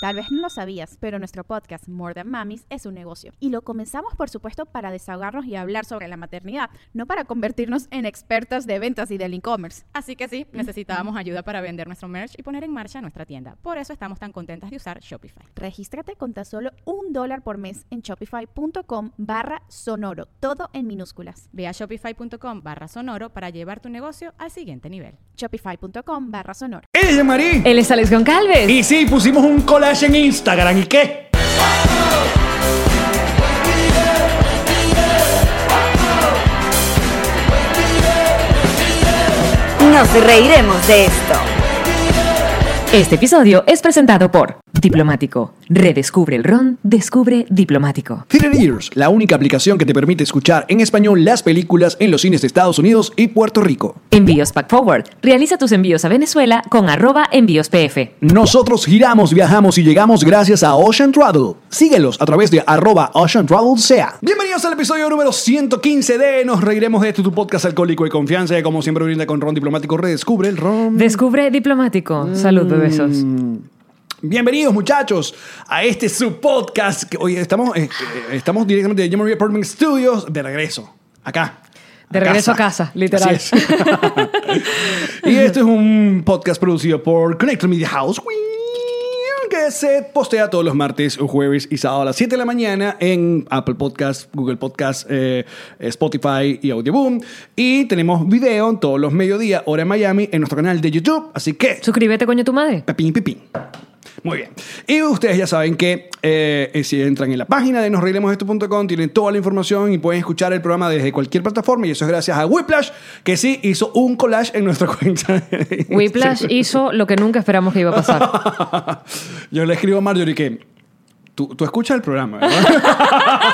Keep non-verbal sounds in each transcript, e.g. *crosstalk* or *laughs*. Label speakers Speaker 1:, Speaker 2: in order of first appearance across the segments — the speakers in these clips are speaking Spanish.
Speaker 1: Tal vez no lo sabías, pero nuestro podcast More Than Mamis es un negocio. Y lo comenzamos, por supuesto, para desahogarnos y hablar sobre la maternidad, no para convertirnos en expertas de ventas y del e-commerce.
Speaker 2: Así que sí, necesitábamos ayuda para vender nuestro merch y poner en marcha nuestra tienda. Por eso estamos tan contentas de usar Shopify.
Speaker 1: Regístrate con tan solo un dólar por mes en shopify.com barra sonoro, todo en minúsculas.
Speaker 2: Ve a shopify.com barra sonoro para llevar tu negocio al siguiente nivel.
Speaker 1: Shopify.com barra sonoro.
Speaker 3: Ella es Jean-Marie.
Speaker 4: Él es Alex Goncalves.
Speaker 3: Y sí, pusimos un collage en Instagram. ¿Y qué?
Speaker 5: Nos reiremos de esto.
Speaker 4: Este episodio es presentado por Diplomático. Redescubre el ron, descubre Diplomático.
Speaker 3: Theater Ears, la única aplicación que te permite escuchar en español las películas en los cines de Estados Unidos y Puerto Rico.
Speaker 4: Envíos Pack Forward. Realiza tus envíos a Venezuela con arroba envíos PF.
Speaker 3: Nosotros giramos, viajamos y llegamos gracias a Ocean Travel. Síguelos a través de arroba Ocean Travel sea. Bienvenidos al episodio número 115 de Nos Reiremos de esto, tu podcast alcohólico y confianza, que como siempre brinda con Ron Diplomático. Redescubre el Ron.
Speaker 4: Descubre Diplomático. Saludos, besos.
Speaker 3: Bienvenidos muchachos a este su podcast. que hoy estamos, eh, eh, estamos directamente de Jemery Apartment Studios de regreso, acá.
Speaker 4: De regreso a casa, literal.
Speaker 3: Así
Speaker 4: *laughs*
Speaker 3: es. y este es un podcast producido por Connect Media House que se postea todos los martes, jueves y sábado a las 7 de la mañana en Apple Podcast, Google Podcast, eh, Spotify y Audioboom. Y tenemos video en todos los mediodías, hora en Miami, en nuestro canal de YouTube. Así que
Speaker 4: Suscríbete, coño, tu madre.
Speaker 3: Pepín, pepín. Muy bien. Y ustedes ya saben que eh, eh, si entran en la página de nosreilemosesto.com tienen toda la información y pueden escuchar el programa desde cualquier plataforma. Y eso es gracias a Whiplash, que sí hizo un collage en nuestra *laughs* cuenta. de
Speaker 4: Whiplash hizo lo que nunca esperamos que iba a pasar.
Speaker 3: Yo le escribo a Marjorie que tú, tú escuchas el programa, ¿verdad? *laughs*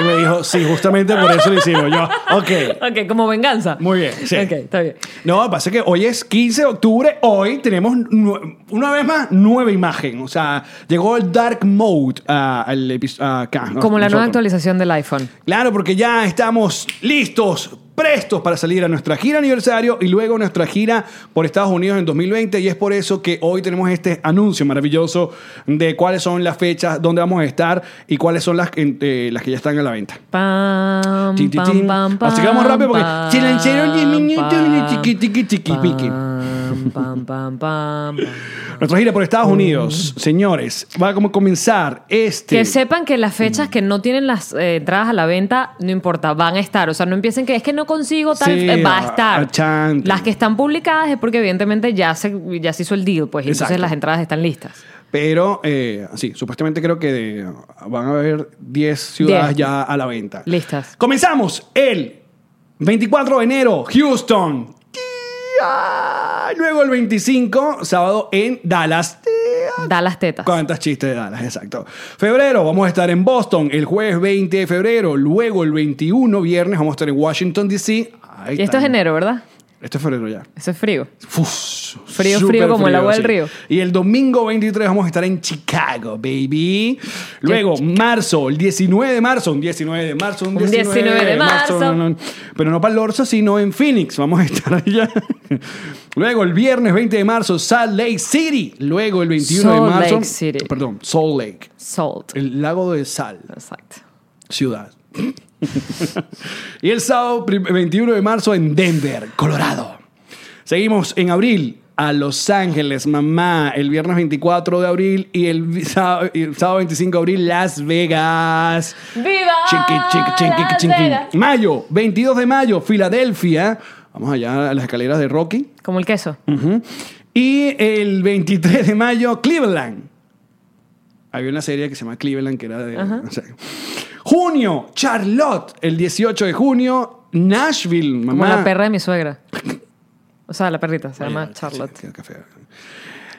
Speaker 3: y me dijo, sí, justamente por eso lo hicimos. Yo, ok,
Speaker 4: *laughs* ok, como venganza.
Speaker 3: muy bien. Sí.
Speaker 4: Ok, está bien.
Speaker 3: No, pasa que hoy es 15 de octubre, hoy tenemos nue- una vez más nueva imagen, o sea, llegó el dark mode a- al epi- a acá. ¿no?
Speaker 4: Como la nueva
Speaker 3: Nosotros.
Speaker 4: actualización del iPhone.
Speaker 3: Claro, porque ya estamos listos, prestos para salir a nuestra gira aniversario y luego nuestra gira por Estados Unidos en 2020. Y es por eso que hoy tenemos este anuncio maravilloso de cuáles son las fechas, dónde vamos a estar y cuáles son las, que- eh, las que ya están a la venta.
Speaker 4: Pam,
Speaker 3: Tin, tin,
Speaker 4: pam,
Speaker 3: tin.
Speaker 4: pam, pam,
Speaker 3: Así que vamos rápido porque
Speaker 4: pam,
Speaker 3: se lanzaron 10 minutos
Speaker 4: pam,
Speaker 3: de chiqui, tiqui, tiqui,
Speaker 4: pam,
Speaker 3: piqui.
Speaker 4: pam,
Speaker 3: *laughs*
Speaker 4: pam, pam, pam.
Speaker 3: Nuestra gira por
Speaker 4: Mm.
Speaker 3: Estados Unidos, señores, va a como comenzar este.
Speaker 4: Que sepan que las fechas que no tienen las eh, entradas a la venta, no importa, van a estar. O sea, no empiecen que es que no consigo tal.
Speaker 3: Sí,
Speaker 4: eh, va a
Speaker 3: a-
Speaker 4: estar.
Speaker 3: a chante.
Speaker 4: las que están publicadas es porque, evidentemente, ya se, ya se hizo el deal, pues. y Entonces
Speaker 3: Exacto.
Speaker 4: las entradas están listas.
Speaker 3: Pero eh, sí, supuestamente creo que de- van a haber 10 ciudades
Speaker 4: Diez.
Speaker 3: ya a la venta.
Speaker 4: Listas.
Speaker 3: Comenzamos el 24 de enero, Houston. ¡Tía! Luego el 25, sábado en Dallas. ¡Tía!
Speaker 4: Da las tetas.
Speaker 3: ¿Cuántas chistes de Dallas? Exacto. Febrero, vamos a estar en Boston el jueves 20 de febrero. Luego el 21, viernes, vamos a estar en Washington, D.C. Ahí
Speaker 4: Y esto
Speaker 3: está.
Speaker 4: es enero, ¿verdad?
Speaker 3: Esto es febrero ya.
Speaker 4: Eso es frío.
Speaker 3: Fus,
Speaker 4: Frío,
Speaker 3: súper
Speaker 4: frío como el agua del río.
Speaker 3: Y el domingo 23 vamos a estar en Chicago, baby. Luego, marzo, el 19 de marzo, un 19 de marzo, un
Speaker 4: Un
Speaker 3: 19,
Speaker 4: 19 de marzo.
Speaker 3: no, no, pero no para el Orso, sino en Phoenix. Vamos a estar allá. *laughs* Luego, el viernes 20 de marzo, Salt Lake City. Luego, el 21 de
Speaker 4: Salt
Speaker 3: marzo.
Speaker 4: Lake City.
Speaker 3: Perdón, Salt Lake.
Speaker 4: Salt.
Speaker 3: El lago de sal,
Speaker 4: Exacto.
Speaker 3: ciudad. y el sábado prim- 21 de marzo en Denver, Colorado. Seguimos en abril a Los Ángeles, mamá, el viernes 24 de abril y el vi- sábado, y el sábado 25 de abril Las Vegas.
Speaker 4: ¡Viva!
Speaker 3: Chinqui, chinqui, chinqui,
Speaker 4: Ah, Las
Speaker 3: chinqui.
Speaker 4: Vegas!
Speaker 3: Mayo, 22 de mayo, Filadelfia. Vamos allá a las escaleras de Rocky.
Speaker 4: Como el queso.
Speaker 3: Ujú. Y el 23 de mayo, Cleveland. Había una serie que se llama Cleveland, que era de... o sea. Junio, Charlotte. El 18 de junio, Nashville,
Speaker 4: Como
Speaker 3: mamá.
Speaker 4: la perra de mi suegra. O sea, la perrita. Se llama Charlotte.
Speaker 3: Qué- qué feo.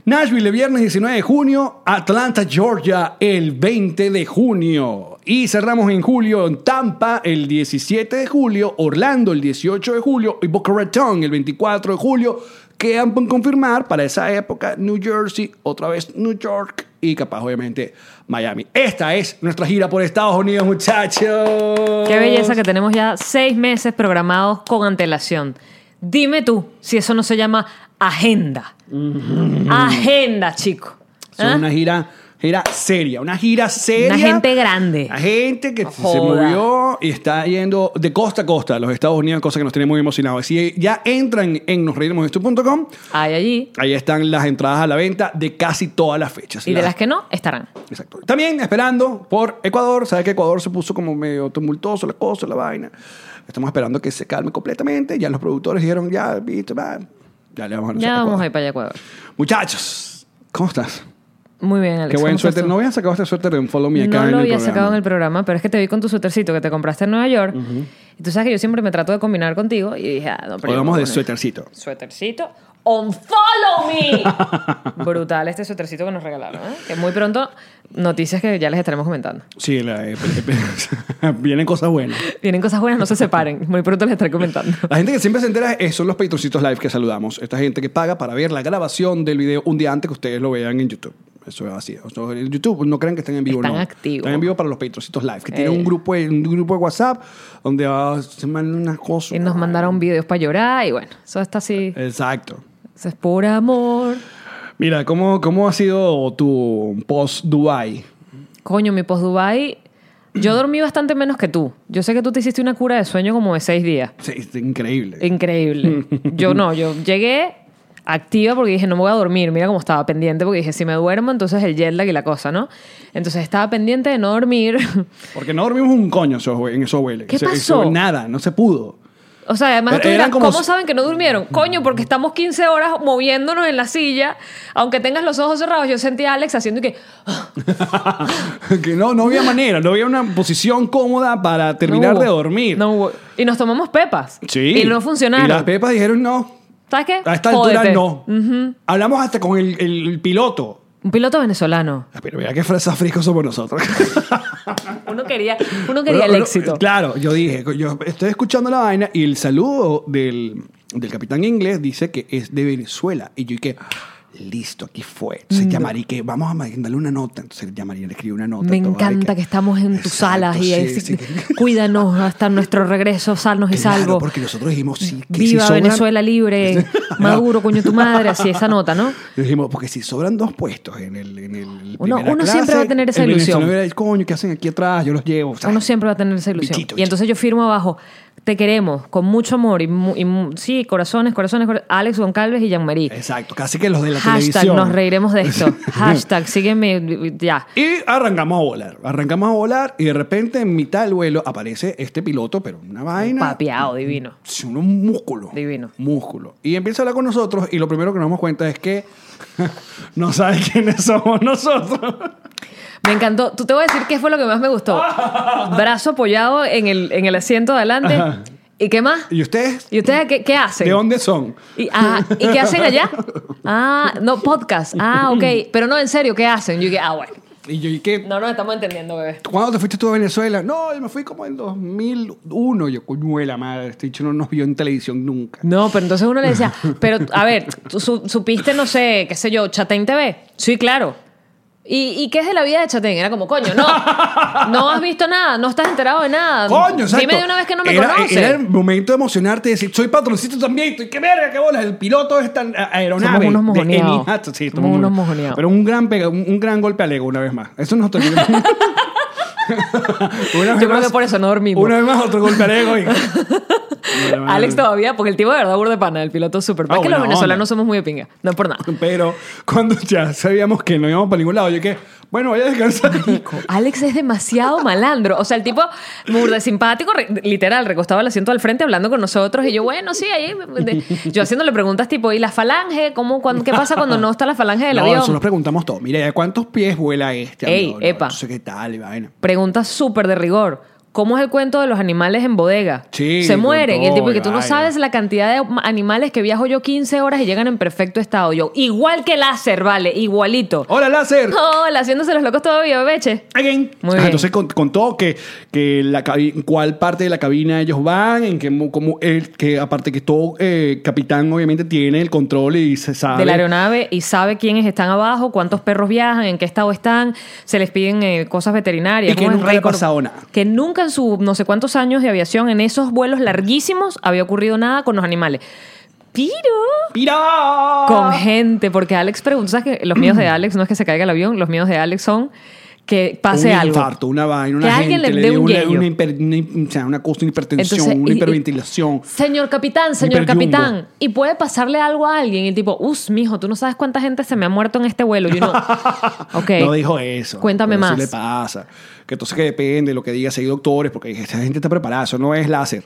Speaker 3: Nashville, el viernes 19 de junio. Atlanta, Georgia, el 20 de junio. Y cerramos en julio en Tampa, el 17 de julio. Orlando, el 18 de julio. Y Boca Raton, el 24 de julio. Quedan por confirmar para esa época New Jersey, otra vez New York y capaz, obviamente, Miami. Esta es nuestra gira por Estados Unidos, muchachos.
Speaker 4: Qué belleza que tenemos ya seis meses programados con antelación. Dime tú si eso no se llama agenda. Agenda, chico.
Speaker 3: O sea,
Speaker 4: ¿Ah?
Speaker 3: una gira, gira seria, una gira seria.
Speaker 4: Una gente grande.
Speaker 3: La gente que
Speaker 4: No
Speaker 3: se
Speaker 4: joda.
Speaker 3: movió y está yendo de costa a costa a los Estados Unidos, cosa que nos tiene muy emocionados. Si ya entran en nosreiremosdeesto.com,
Speaker 4: Hay allí.
Speaker 3: ahí están las entradas a la venta de casi todas las fechas.
Speaker 4: Y de
Speaker 3: Las-
Speaker 4: las que no, estarán.
Speaker 3: Exacto. También esperando por Ecuador. Sabes que Ecuador se puso como medio tumultuoso la cosa, la vaina. Estamos esperando que se calme completamente. Ya los productores dijeron, ya, viste, va. Ya le vamos a anunciar
Speaker 4: Ya vamos
Speaker 3: Ecuador.
Speaker 4: a ir para allá, Ecuador.
Speaker 3: Muchachos, ¿cómo estás?
Speaker 4: Muy bien, Alex.
Speaker 3: Qué buen
Speaker 4: ¿cómo estás
Speaker 3: suéter.
Speaker 4: tú?
Speaker 3: No habías sacado este suéter en Follow Me acá
Speaker 4: No
Speaker 3: en
Speaker 4: lo
Speaker 3: el
Speaker 4: había
Speaker 3: programa.
Speaker 4: sacado en el programa, pero es que te vi con tu suétercito que te compraste en Nueva York. Y tú sabes que yo siempre me trato de combinar contigo y dije, ah, no, pero. yo
Speaker 3: Hablamos
Speaker 4: me
Speaker 3: de
Speaker 4: voy a poner
Speaker 3: suétercito.
Speaker 4: Suétercito. On follow me. Brutal este suétercito que nos regalaron. ¿eh? Que muy pronto, noticias que ya les estaremos comentando.
Speaker 3: Sí, la- eh, *laughs* vienen cosas buenas.
Speaker 4: Vienen cosas buenas, no se separen. Muy pronto les estaré comentando.
Speaker 3: La gente que siempre se entera eh, son los patroncitos live que saludamos. Esta gente que paga para ver la grabación del video un día antes que ustedes lo vean en YouTube. Eso es así. O sea, en YouTube no crean que estén en vivo.
Speaker 4: Están
Speaker 3: no.
Speaker 4: activos.
Speaker 3: Están en vivo para los patroncitos live, que tienen
Speaker 4: Eh.
Speaker 3: un grupo, un grupo de WhatsApp donde ah, se mandan unas cosas.
Speaker 4: Y nos mandaron videos para llorar y bueno, eso está así.
Speaker 3: Exacto.
Speaker 4: Eso es por amor.
Speaker 3: Mira, ¿cómo, cómo ha sido tu post-Dubai?
Speaker 4: Coño, mi post-Dubai. Yo dormí bastante menos que tú. Yo sé que tú te hiciste una cura de sueño como de seis días.
Speaker 3: Sí, es increíble.
Speaker 4: Increíble. Yo no, yo llegué activa porque dije, no me voy a dormir. Mira cómo estaba pendiente porque dije, si me duermo, entonces el jet lag y la cosa, ¿no? Entonces estaba pendiente de no dormir. *laughs*
Speaker 3: Porque no dormimos un coño esos hue- en esos vuelos.
Speaker 4: ¿Qué
Speaker 3: Eso- eso-
Speaker 4: pasó?
Speaker 3: nada, no se pudo. *laughs*
Speaker 4: O sea, además
Speaker 3: Pero
Speaker 4: tú dirás,
Speaker 3: eran como-
Speaker 4: ¿cómo saben que no durmieron? Coño, porque estamos 15 horas moviéndonos en la silla. Aunque tengas los ojos cerrados, yo sentí a Alex haciendo y que...
Speaker 3: que no, no había manera, no había una posición cómoda para terminar
Speaker 4: no hubo,
Speaker 3: de dormir.
Speaker 4: no hubo. Y nos tomamos pepas.
Speaker 3: Sí.
Speaker 4: Y no funcionaron.
Speaker 3: Y las pepas dijeron no.
Speaker 4: ¿Sabes qué?
Speaker 3: A esta altura
Speaker 4: Jódete.
Speaker 3: no. Hablamos hasta con el, el- el piloto.
Speaker 4: Un piloto venezolano.
Speaker 3: Pero mira qué fresas friscos somos nosotros. *laughs*
Speaker 4: Uno quería, uno quería el
Speaker 3: Uno- uno-
Speaker 4: éxito.
Speaker 3: eh, Claro, yo dije, yo estoy escuchando la vaina y el saludo del, del capitán inglés dice que es de Venezuela. Y yo dije, listo, aquí fue.
Speaker 4: Mm.
Speaker 3: Entonces llamaría que vamos a mandarle una nota. Entonces llamaría, le escribí una nota.
Speaker 4: Me
Speaker 3: todo,
Speaker 4: encanta
Speaker 3: dije,
Speaker 4: que estamos en tus
Speaker 3: exacto,
Speaker 4: salas y
Speaker 3: sí,
Speaker 4: ahí sí-
Speaker 3: sí,
Speaker 4: *laughs*
Speaker 3: que-
Speaker 4: cuídanos hasta nuestro regreso, sanos y
Speaker 3: Claro,
Speaker 4: salvos.
Speaker 3: porque nosotros dijimos sí que si
Speaker 4: Viva
Speaker 3: sobran-
Speaker 4: Venezuela libre,
Speaker 3: *laughs*
Speaker 4: Maduro,
Speaker 3: No.
Speaker 4: coño tu madre, así esa nota, ¿no?
Speaker 3: Dijimos, porque si sobran dos puestos en el. En el en
Speaker 4: Uno-
Speaker 3: primera
Speaker 4: uno siempre
Speaker 3: clase,
Speaker 4: va a tener esa
Speaker 3: el
Speaker 4: ilusión.
Speaker 3: venezolano era, coño, ¿qué hacen aquí atrás? Yo los llevo. o sea,
Speaker 4: Uno siempre va a tener esa ilusión.
Speaker 3: bichito,
Speaker 4: Y
Speaker 3: bichito.
Speaker 4: entonces yo firmo abajo, te queremos, con mucho amor, y, mu- y mu- sí, corazones, corazones, cora- Alex Goncalves y Jean-Marie.
Speaker 3: Exacto, casi que los de la
Speaker 4: Hashtag,
Speaker 3: televisión.
Speaker 4: nos reiremos
Speaker 3: *laughs*
Speaker 4: de esto. Hashtag, sígueme, ya.
Speaker 3: Y arrancamos a volar. Arrancamos a volar y de repente en mitad del vuelo aparece este piloto, pero una vaina.
Speaker 4: Papeado, divino.
Speaker 3: Sí, uno- un músculo.
Speaker 4: Divino.
Speaker 3: Músculo. Y empieza a hablar con nosotros y lo primero que nos damos cuenta es que *laughs* no sabe quiénes somos nosotros.
Speaker 4: Me encantó. Tú te voy a decir qué fue lo que más me
Speaker 3: *laughs*
Speaker 4: gustó. Brazo apoyado en el, en el asiento de adelante.
Speaker 3: Ajá.
Speaker 4: ¿Y qué más?
Speaker 3: ¿Y ustedes?
Speaker 4: ¿Y ustedes qué, qué hacen?
Speaker 3: ¿De dónde son?
Speaker 4: Y, ah, ¿y qué hacen allá? Ah, no, podcast. Ah, ok. Pero no, en serio, ¿qué hacen? Yo dije, ah, bueno.
Speaker 3: Y yo, ¿y qué?
Speaker 4: No nos estamos entendiendo, bebé.
Speaker 3: ¿Cuándo te fuiste tú a Venezuela? No, yo me fui como en 2001. Yo, coño de la madre, este dicho no nos vio en televisión nunca.
Speaker 4: No, pero entonces uno le decía, pero a ver, ¿tú su- supiste, no sé, qué sé yo, Chatén TV? Sí, claro. ¿Y, ¿Y qué es de la vida de Chatén? Era como, coño, no. No has visto nada, no estás enterado de nada.
Speaker 3: Coño, exacto.
Speaker 4: Dime de una vez que no me
Speaker 3: era,
Speaker 4: conoces.
Speaker 3: Era el momento de emocionarte y decir, soy patroncito también. estoy- qué verga, qué bolas. El piloto de esta a- aeronave.
Speaker 4: Somos unos
Speaker 3: de
Speaker 4: mojoneados.
Speaker 3: Eni Hatt. Sí,
Speaker 4: Somos
Speaker 3: somos
Speaker 4: unos
Speaker 3: muy-
Speaker 4: mojoneados.
Speaker 3: Pero un gran, pega- un, un gran golpe al ego una vez más. Eso nos
Speaker 4: *laughs*
Speaker 3: terminó. *laughs* Una vez
Speaker 4: creo que por eso no dormimos.
Speaker 3: Una vez más otro golpe al ego.
Speaker 4: *laughs*
Speaker 3: y-
Speaker 4: Alex todavía, porque el tipo de verdad burda de pana, el piloto súper.
Speaker 3: Ah,
Speaker 4: es que los
Speaker 3: buena
Speaker 4: venezolanos
Speaker 3: onda.
Speaker 4: somos muy de pinga, no es por nada.
Speaker 3: Pero cuando ya sabíamos que no íbamos para ningún lado, yo que, bueno, voy a descansar.
Speaker 4: Marico, Alex es demasiado malandro. O sea, el tipo burda de simpático, re- literal, recostado al asiento al frente hablando con nosotros. Y yo, bueno, sí, ahí. de- yo haciéndole preguntas tipo, ¿y la falange? ¿Cómo, cuándo- ¿Qué pasa cuando no está la falange del
Speaker 3: no,
Speaker 4: avión?
Speaker 3: nosotros preguntamos todo. Mira, ¿a cuántos pies vuela este?
Speaker 4: Ey,
Speaker 3: avión?
Speaker 4: epa.
Speaker 3: No sé qué tal, y vaina.
Speaker 4: Preguntas súper de rigor. ¿Cómo es el cuento de los animales en bodega?
Speaker 3: Sí,
Speaker 4: Se mueren.
Speaker 3: con
Speaker 4: y el tipo,
Speaker 3: todo,
Speaker 4: y que tú no
Speaker 3: vaya.
Speaker 4: sabes la cantidad de ma- animales que viajo yo 15 horas y llegan en perfecto estado. Yo, igual que láser, vale, igualito.
Speaker 3: ¡Hola, láser!
Speaker 4: Hola, haciéndose los locos todavía, beche.
Speaker 3: Again.
Speaker 4: Muy
Speaker 3: Ah,
Speaker 4: bien.
Speaker 3: Entonces con- contó que, que la cabi- cuál parte de la cabina ellos van, en qué mo- cómo él, que aparte que todo eh, capitán obviamente tiene el control y se sabe.
Speaker 4: de la aeronave y sabe quiénes están abajo, cuántos perros viajan, en qué estado están, se les piden eh, cosas veterinarias.
Speaker 3: Y que
Speaker 4: ¿cómo es?
Speaker 3: nunca le ha
Speaker 4: Récord.
Speaker 3: pasado nada.
Speaker 4: Que nunca en su no sé cuántos años de aviación, en esos vuelos larguísimos, había ocurrido nada con los animales. Piro.
Speaker 3: ¡Pira!
Speaker 4: Con gente, porque Alex preguntó, ¿sabes que los
Speaker 3: *clears throat*
Speaker 4: miedos de Alex no es que se caiga el avión? Los miedos de Alex son que pase
Speaker 3: un
Speaker 4: algo.
Speaker 3: infarto, una vaina, una
Speaker 4: Que
Speaker 3: gente,
Speaker 4: alguien le dé un
Speaker 3: una,
Speaker 4: yello.
Speaker 3: una hiper- una hi- o sea, una cosa, una hipertensión,
Speaker 4: Entonces,
Speaker 3: una
Speaker 4: y- y-
Speaker 3: hiperventilación.
Speaker 4: Señor capitán, señor
Speaker 3: Hiper jumbo.
Speaker 4: capitán. Y puede pasarle algo a alguien. Y el tipo, us, mijo, tú no sabes cuánta gente se me ha muerto en este vuelo.
Speaker 3: *laughs*
Speaker 4: Y uno, ok.
Speaker 3: No dijo eso.
Speaker 4: Cuéntame
Speaker 3: pero
Speaker 4: más.
Speaker 3: Sí le pasa. Que entonces que depende de lo que diga, si hay doctores, porque esta gente está preparada, eso no es
Speaker 4: *laughs*
Speaker 3: láser.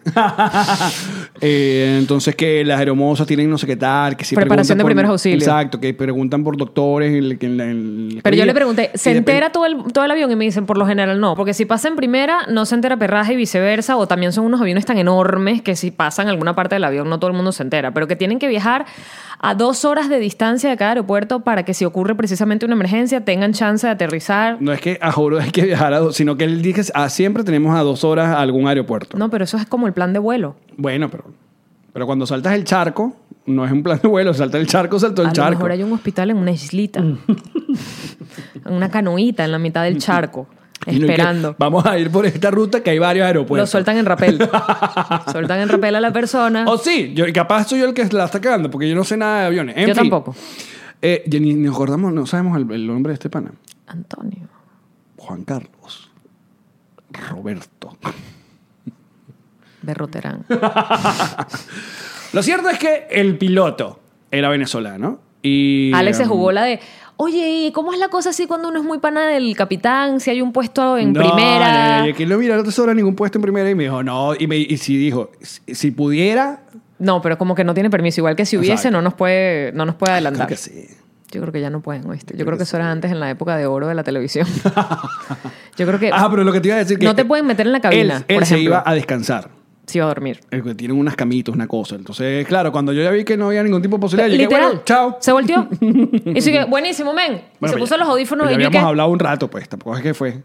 Speaker 3: Eh, entonces que las aeromosas tienen no sé qué tal, que si preguntan
Speaker 4: Preparación de
Speaker 3: por-
Speaker 4: primeros auxilios.
Speaker 3: Exacto, que preguntan por doctores. en- en- en-
Speaker 4: Pero yo le
Speaker 3: y
Speaker 4: pregunté, ¿se
Speaker 3: depende-
Speaker 4: entera todo el, todo el avión? Y me dicen, por lo general no. Porque si pasa en primera, no se entera perraje y viceversa. O también son unos aviones tan enormes que si pasan en alguna parte del avión, no todo el mundo se entera. Pero que tienen que viajar a dos horas de distancia de cada aeropuerto para que si ocurre precisamente una emergencia, tengan chance de aterrizar.
Speaker 3: No es que a juro hay que viajar a dos, sino que él dice, ah, siempre tenemos a dos horas a algún aeropuerto.
Speaker 4: No, pero eso es como el plan de vuelo.
Speaker 3: Bueno, pero, pero cuando saltas el charco, no es un plan de vuelo, salta el charco, saltó el
Speaker 4: a lo
Speaker 3: charco.
Speaker 4: mejor hay un hospital en
Speaker 3: *laughs*
Speaker 4: una islita. En una canoita en la mitad del charco.
Speaker 3: Y no es que
Speaker 4: Esperando.
Speaker 3: Vamos a ir por esta ruta que hay varios
Speaker 4: Lo
Speaker 3: aeropuertos.
Speaker 4: sueltan en rapel.
Speaker 3: *laughs*
Speaker 4: sueltan en rapel a la persona.
Speaker 3: O sí, yo, capaz soy yo el que la está cagando, porque yo no sé nada de aviones. En
Speaker 4: Yo
Speaker 3: fin.
Speaker 4: tampoco.
Speaker 3: Eh, ya ni nos acordamos, no sabemos el, el nombre de este pana.
Speaker 4: Antonio.
Speaker 3: Juan Carlos. Roberto. *laughs*
Speaker 4: Berroterán.
Speaker 3: Lo cierto es que el piloto era venezolano. Y,
Speaker 4: Alex se
Speaker 3: em,
Speaker 4: jugó la de, oye, ¿y ¿cómo es la cosa así cuando uno es muy pana del capitán? Si hay un puesto en
Speaker 3: no,
Speaker 4: primera.
Speaker 3: Y aquí lo mira, no te sobra ningún puesto en primera. Y me dijo, no. Y, me, y si dijo, si, si pudiera.
Speaker 4: No, pero como que no tiene permiso. Igual que si hubiese,
Speaker 3: Exacto. Ah,
Speaker 4: no nos puede, no nos puede adelantar.
Speaker 3: Creo que sí.
Speaker 4: Yo creo que ya no pueden, ¿oíste? Yo creo que eso era antes en la época de oro de
Speaker 3: *laughs*
Speaker 4: la televisión. Yo creo que
Speaker 3: Ah, pero lo que te iba a decir que.
Speaker 4: No te pueden meter en la cabina,
Speaker 3: Él,
Speaker 4: por
Speaker 3: él se
Speaker 4: ejemplo.
Speaker 3: iba a descansar.
Speaker 4: se iba a dormir.
Speaker 3: Eh, que Tienen unas camitas, una cosa. Entonces, claro, cuando yo ya vi que no había ningún tipo de posibilidad, yo dije,
Speaker 4: Literal.
Speaker 3: bueno, chao.
Speaker 4: Se volteó. y
Speaker 3: *laughs*
Speaker 4: sí que, buenísimo, men. Y
Speaker 3: Bueno,
Speaker 4: se
Speaker 3: pero
Speaker 4: puso
Speaker 3: ya-
Speaker 4: los audífonos
Speaker 3: pero ya
Speaker 4: y yo
Speaker 3: habíamos
Speaker 4: que-
Speaker 3: hablado un rato, pues. Tampoco es que fue.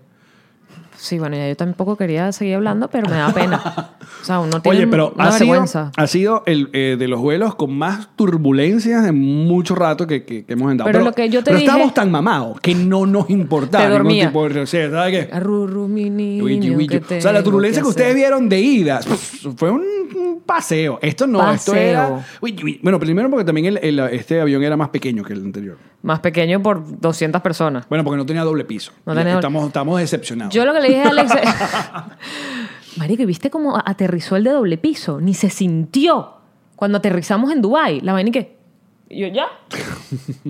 Speaker 4: Sí, bueno, ya yo tampoco quería seguir hablando, pero me da
Speaker 3: *laughs*
Speaker 4: pena. O sea, uno tiene
Speaker 3: Oye, pero
Speaker 4: una
Speaker 3: ha sido,
Speaker 4: vergüenza.
Speaker 3: ha sido el eh, de los vuelos con más turbulencias en mucho rato que, que- que hemos andado.
Speaker 4: Pero lo que yo te
Speaker 3: pero
Speaker 4: dije-
Speaker 3: estábamos tan mamados que no nos importaba.
Speaker 4: Te
Speaker 3: ningún
Speaker 4: dormía.
Speaker 3: tipo de- o sea, ¿sabes qué?
Speaker 4: Arrurru, mi niño,
Speaker 3: Uy, uy, uy.
Speaker 4: ¿qué
Speaker 3: O sea, la
Speaker 4: tengo
Speaker 3: turbulencia que,
Speaker 4: que
Speaker 3: ustedes
Speaker 4: hacer?
Speaker 3: vieron de ida pff, fue un, un paseo. Esto no, esto era.
Speaker 4: Paseo.
Speaker 3: Uy, uy. Bueno, primero porque también el- el- este avión era más pequeño que el anterior.
Speaker 4: Más pequeño por 200 personas.
Speaker 3: Bueno, porque no tenía doble piso.
Speaker 4: No tenía doble-
Speaker 3: estamos, estamos decepcionados.
Speaker 4: Yo lo que le dije a Alex... *laughs* Marico, ¿y viste cómo a- aterrizó el de doble piso? Ni se sintió. Cuando aterrizamos en Dubái, la vaina y que... Y yo,
Speaker 3: *laughs*
Speaker 4: ¿ya?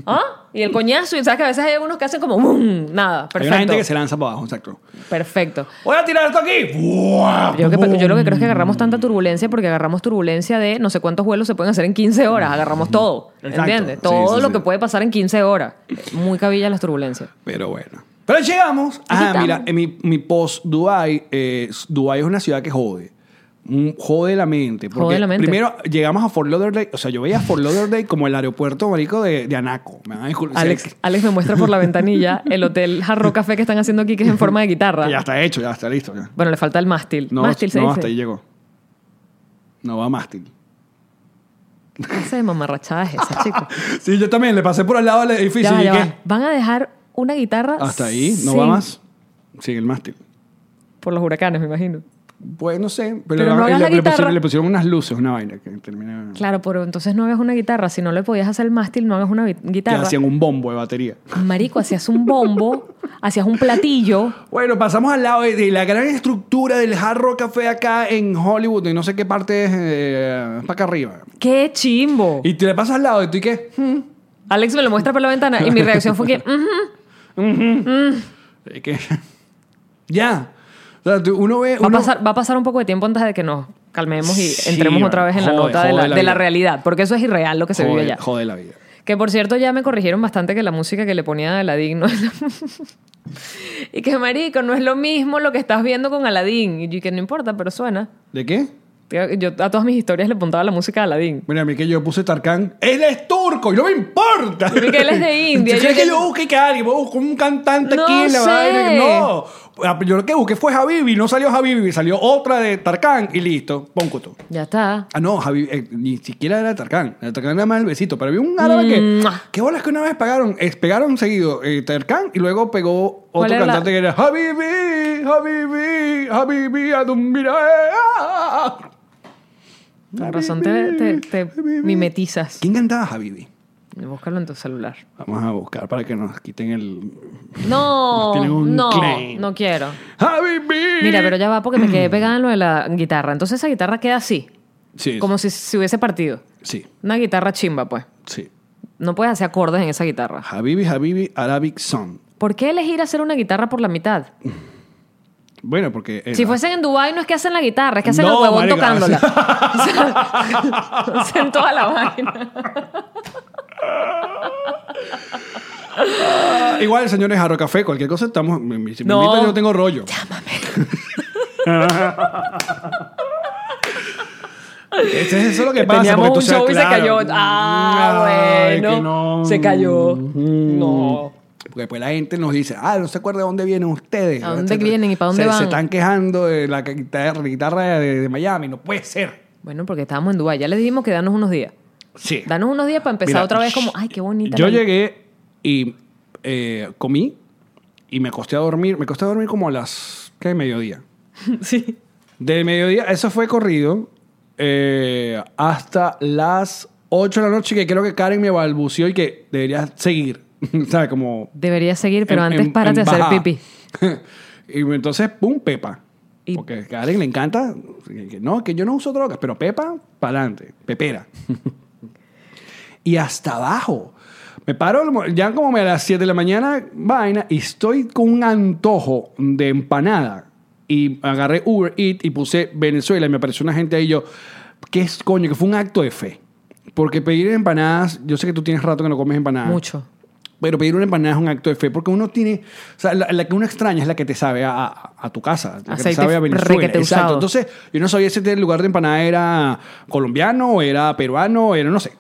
Speaker 4: ¿Ah? Y el coñazo, y sabes que a veces hay unos que hacen como... ¡bum! Nada,
Speaker 3: Hay una gente
Speaker 4: perfecto.
Speaker 3: que se lanza para abajo, exacto.
Speaker 4: Perfecto.
Speaker 3: Voy a tirar esto aquí. ¡Buah!
Speaker 4: Yo, que- yo lo que creo es
Speaker 3: Mm.
Speaker 4: que agarramos tanta turbulencia porque agarramos turbulencia de no sé cuántos vuelos se pueden hacer en 15 horas. Agarramos todo.
Speaker 3: Exacto.
Speaker 4: ¿Entiendes?
Speaker 3: Sí,
Speaker 4: Todo
Speaker 3: sí,
Speaker 4: lo
Speaker 3: sí.
Speaker 4: que puede pasar en 15 horas. Muy cabilla las turbulencias.
Speaker 3: Mm. Pero bueno. Pero llegamos. Ah, mira, en mi, mi post Dubai, eh, Dubai es una ciudad que jode. Mm, Jode la mente. Porque
Speaker 4: Jode la mente.
Speaker 3: Primero llegamos a Fort Lauderdale. O sea, yo veía a Fort Lauderdale como el aeropuerto marico de, de Anaco. Me van a disculpar.
Speaker 4: Alex, Alex me muestra por la ventanilla el hotel Jarro Café que están haciendo aquí, que es en forma de guitarra.
Speaker 3: Ya está hecho, ya está listo. ya.
Speaker 4: Bueno, le falta el mástil.
Speaker 3: No,
Speaker 4: mástil se
Speaker 3: no
Speaker 4: dice.
Speaker 3: hasta ahí llegó. No va mástil.
Speaker 4: ¿Qué clase de mamarrachada
Speaker 3: *laughs*
Speaker 4: es esa, chico?
Speaker 3: Sí, yo también le pasé por al lado del edificio.
Speaker 4: Ya va,
Speaker 3: y
Speaker 4: ya
Speaker 3: ¿qué?
Speaker 4: va. Van a dejar una guitarra.
Speaker 3: Hasta ahí, no
Speaker 4: sin-
Speaker 3: va más. Sin el mástil.
Speaker 4: Por los huracanes, me imagino.
Speaker 3: Pues no sé, pero,
Speaker 4: Pero
Speaker 3: le-
Speaker 4: no hagas
Speaker 3: le,
Speaker 4: la
Speaker 3: le
Speaker 4: guitarra.
Speaker 3: pusieron, le pusieron unas luces, una vaina que termina.
Speaker 4: Claro, pero entonces no hagas una guitarra. Si no le podías hacer el mástil, no hagas una gui-
Speaker 3: Que
Speaker 4: guitarra.
Speaker 3: hacían un bombo de batería.
Speaker 4: Marico, hacías un bombo, hacías un platillo.
Speaker 3: Bueno, pasamos al lado de, de la gran estructura del jarro café acá en Hollywood, y no sé qué parte es, eh, para acá arriba.
Speaker 4: ¡Qué chimbo!
Speaker 3: Y te le pasas al lado y tú y qué.
Speaker 4: Alex me lo muestra por la ventana y mi reacción fue que... "Ujú".
Speaker 3: Y que- *laughs* ya. O sea, tú- uno ve.
Speaker 4: va, a
Speaker 3: uno-
Speaker 4: pasar, va a pasar un poco de tiempo antes de que nos calmemos y
Speaker 3: Sí,
Speaker 4: entremos otra
Speaker 3: vale.
Speaker 4: vez en la
Speaker 3: Joder,
Speaker 4: nota de
Speaker 3: joder
Speaker 4: la,
Speaker 3: la
Speaker 4: de la
Speaker 3: vida.
Speaker 4: realidad, porque eso es irreal lo que se vive
Speaker 3: Jode,
Speaker 4: allá.
Speaker 3: jode la vida.
Speaker 4: Que por cierto ya me corrigieron bastante que la música que le ponía a Aladdin no es la- *laughs* Y que marico, no es lo mismo lo que estás viendo con Aladdin. Y yo que no importa, pero suena.
Speaker 3: ¿De qué?
Speaker 4: Yo a todas mis historias le apuntaba la música de Aladdin.
Speaker 3: Mira, a mí que yo puse Tarkan. Él es turco y no me importa.
Speaker 4: Yo vi que él
Speaker 3: *laughs*
Speaker 4: es de India,
Speaker 3: Yo
Speaker 4: yo
Speaker 3: creo que
Speaker 4: que-
Speaker 3: yo busqué que alguien, voy a buscar un cantante
Speaker 4: No
Speaker 3: aquí en la
Speaker 4: sé.
Speaker 3: madre. No. Ah, Yo lo que busqué fue Habibi, no salió Habibi, salió otra de Tarkan y listo. Pongo tú.
Speaker 4: Ya está.
Speaker 3: Ah, no, Javi, eh, ni siquiera era Tarkan. Era Tarkan era más el besito. Pero había un árabe que.
Speaker 4: Mua.
Speaker 3: ¿Qué bolas que una vez pagaron? eh, pegaron seguido eh, Tarkan y luego pegó
Speaker 4: ¿Cuál
Speaker 3: otro
Speaker 4: era la-
Speaker 3: cantante que era eh, ah. Habibi, Habibi, Habibi, Adumbira.
Speaker 4: Con razón te, te- te mimetizas.
Speaker 3: ¿Quién cantaba Habibi?
Speaker 4: Búscalo en tu celular.
Speaker 3: Vamos a buscar para que nos quiten el.
Speaker 4: No,
Speaker 3: Tienen un
Speaker 4: no,
Speaker 3: claim.
Speaker 4: no quiero.
Speaker 3: ¡Habibi!
Speaker 4: Mira, pero ya va porque me
Speaker 3: *clears throat*
Speaker 4: quedé pegada en lo de la guitarra. Entonces esa guitarra queda así,
Speaker 3: Sí,
Speaker 4: como si se hubiese partido.
Speaker 3: sí,
Speaker 4: Una guitarra chimba, pues.
Speaker 3: sí.
Speaker 4: No puedes hacer acordes en esa guitarra.
Speaker 3: Habibi, Habibi, Arabic Song.
Speaker 4: ¿Por qué elegir hacer una guitarra por la mitad?
Speaker 3: Bueno, porque. era-
Speaker 4: Si fuesen en Dubai no es que hacen la guitarra, es que hacen
Speaker 3: No,
Speaker 4: el huevón
Speaker 3: marica. *laughs*
Speaker 4: tocándola. O sea, hacen toda la vaina.
Speaker 3: Ah, Igual, señores, Jarro Café, cualquier cosa estamos. me- me- Si me
Speaker 4: No.
Speaker 3: invitan, yo tengo rollo. Este es eso es lo que pasa.
Speaker 4: Teníamos
Speaker 3: porque
Speaker 4: un
Speaker 3: tú seas
Speaker 4: show y se
Speaker 3: claro.
Speaker 4: cayó. Ah,
Speaker 3: Ay,
Speaker 4: bueno.
Speaker 3: que no.
Speaker 4: Se cayó.
Speaker 3: Mm.
Speaker 4: No.
Speaker 3: Porque después la gente nos dice, ah, no se acuerda de dónde vienen ustedes.
Speaker 4: ¿A dónde
Speaker 3: etcétera.
Speaker 4: vienen y para dónde
Speaker 3: se,
Speaker 4: van?
Speaker 3: Se están quejando de la guitarra, guitarra de, de Miami. No puede ser.
Speaker 4: Bueno, porque estábamos en Dubai. Ya les dijimos que danos unos días.
Speaker 3: Sí.
Speaker 4: Danos unos días para empezar
Speaker 3: Mira,
Speaker 4: otra vez como,
Speaker 3: shh,
Speaker 4: ay, qué bonita.
Speaker 3: Yo
Speaker 4: la-
Speaker 3: llegué y eh, comí y me acosté a dormir. Me acosté a dormir como a las, ¿qué? Mediodía.
Speaker 4: *laughs* sí.
Speaker 3: De mediodía, eso fue corrido eh, hasta las 8 de la noche, que creo que Karen me balbució y que debería seguir. *laughs* ¿Sabes? Como.
Speaker 4: Deberías seguir, pero
Speaker 3: en-
Speaker 4: antes
Speaker 3: en-
Speaker 4: párate
Speaker 3: en
Speaker 4: a hacer
Speaker 3: bajada.
Speaker 4: pipí.
Speaker 3: *laughs* y entonces, pum, Pepa.
Speaker 4: Y-
Speaker 3: Porque a Karen le encanta. que- que No, que yo no uso drogas, pero Pepa, para adelante.
Speaker 4: *laughs*
Speaker 3: Pepera. y hasta abajo. Me paro al mo- ya como a las 7 de la mañana, vaina, y estoy con un antojo de empanada. Y agarré Uber Eat y puse Venezuela y me apareció una gente ahí y yo, ¿qué es coño? Que fue un acto de fe. Porque pedir empanadas, yo sé que tú tienes rato que no comes empanadas.
Speaker 4: Mucho.
Speaker 3: Pero pedir una empanada es un acto de fe, porque uno tiene, o sea, la, la que uno extraña es la que te sabe a, a- a tu casa, la que te
Speaker 4: Aceite
Speaker 3: sabe a Venezuela.
Speaker 4: requete
Speaker 3: Exacto.
Speaker 4: usado.
Speaker 3: Entonces, yo no sabía si el lugar de empanada era colombiano, era peruano, era no sé.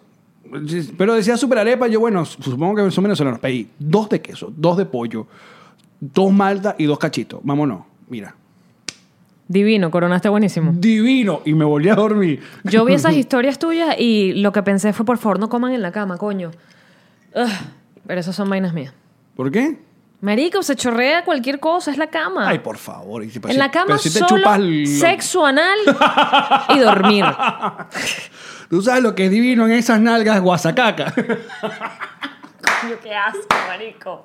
Speaker 3: Pero decía super arepa, yo bueno, supongo que son venezolanos. Pedí dos de queso, dos de pollo, dos malta y dos cachitos. Vámonos, mira.
Speaker 4: Divino, coronaste buenísimo.
Speaker 3: Divino. Y me volví a dormir.
Speaker 4: Yo
Speaker 3: *laughs*
Speaker 4: vi esas historias tuyas y lo que pensé fue, por favor, no coman en la cama, coño. Ugh, pero esas son vainas mías.
Speaker 3: ¿Por qué?
Speaker 4: Marico, se chorrea cualquier cosa, es la cama.
Speaker 3: Ay, por favor. Y si-
Speaker 4: Ah. en la cama
Speaker 3: pero si te
Speaker 4: solo
Speaker 3: chupas lo-
Speaker 4: sexo
Speaker 3: *laughs*
Speaker 4: anal y dormir.
Speaker 3: Tú sabes lo que es divino en esas nalgas guasacaca.
Speaker 4: qué asco, marico.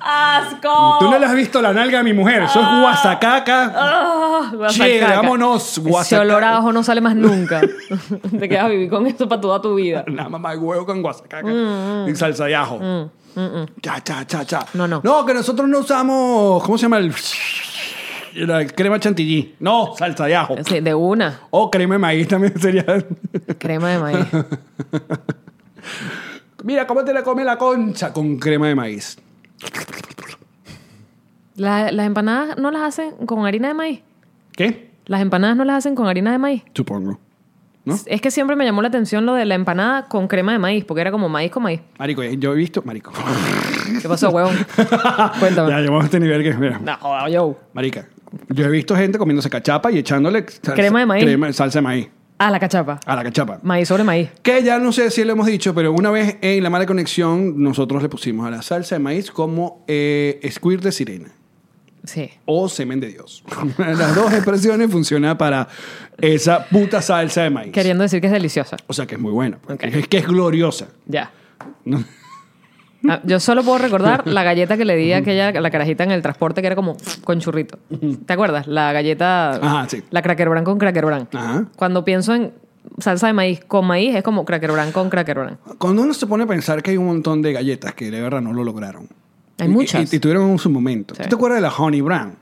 Speaker 4: ¡Asco!
Speaker 3: Tú no le has visto la nalga a mi mujer. Eso es guasacaca.
Speaker 4: Ah, guasacaca.
Speaker 3: Che, vámonos,
Speaker 4: Ese
Speaker 3: guasacaca.
Speaker 4: olor a ajo no sale más nunca.
Speaker 3: *laughs*
Speaker 4: *laughs* Te quedas a vivir con eso para toda tu vida.
Speaker 3: La mamá de huevo con guasacaca.
Speaker 4: Mm,
Speaker 3: Y salsa de ajo. Cha, cha, cha, cha.
Speaker 4: No, no.
Speaker 3: No, que nosotros no usamos. ¿Cómo se llama el.? La crema chantilly. No, salsa de ajo.
Speaker 4: Sí, de una,
Speaker 3: O crema de maíz también sería. *laughs*
Speaker 4: crema de maíz.
Speaker 3: Mira, ¿cómo te la come la concha con crema de maíz?
Speaker 4: La- las empanadas no las hacen con harina de maíz.
Speaker 3: ¿Qué?
Speaker 4: Las empanadas no las hacen con harina de maíz.
Speaker 3: Supongo. ¿No?
Speaker 4: Es que siempre me llamó la atención lo de la empanada con crema de maíz, porque era como maíz con maíz.
Speaker 3: Marico, eh, yo he visto. Marico.
Speaker 4: ¿Qué pasó, *laughs* huevón? Cuéntame.
Speaker 3: Ya llevamos a este nivel que. Mira.
Speaker 4: *laughs* No, joda, yo.
Speaker 3: Marica, yo he visto gente comiéndose cachapa y echándole salsa-
Speaker 4: Crema de maíz.
Speaker 3: crema- salsa de maíz
Speaker 4: A Ah, la cachapa.
Speaker 3: a la cachapa.
Speaker 4: Maíz sobre maíz.
Speaker 3: Que ya no sé si lo hemos dicho, pero una vez en La Mala Conexión nosotros le pusimos a la salsa de maíz como eh, squirt de sirena
Speaker 4: Sí.
Speaker 3: o semen de Dios. *laughs* Las dos expresiones funcionan para esa puta salsa de maíz.
Speaker 4: Queriendo decir que es deliciosa.
Speaker 3: O sea que es muy buena.
Speaker 4: Ok.
Speaker 3: Es que es gloriosa.
Speaker 4: Ya. Ah, Yo solo puedo recordar la galleta que le di a aquella, la carajita en el transporte que era como con churrito. ¿Te acuerdas? La galleta.
Speaker 3: Ajá, sí.
Speaker 4: La cracker bran con cracker bran.
Speaker 3: Ajá.
Speaker 4: Cuando pienso en salsa de maíz con maíz, es como cracker bran con cracker bran.
Speaker 3: Cuando uno se pone a pensar que hay un montón de galletas que de verdad no lo lograron.
Speaker 4: Hay
Speaker 3: Y-
Speaker 4: muchas.
Speaker 3: Y, y tuvieron su momento.
Speaker 4: Sí.
Speaker 3: ¿Tú te acuerdas de la Honey Brown?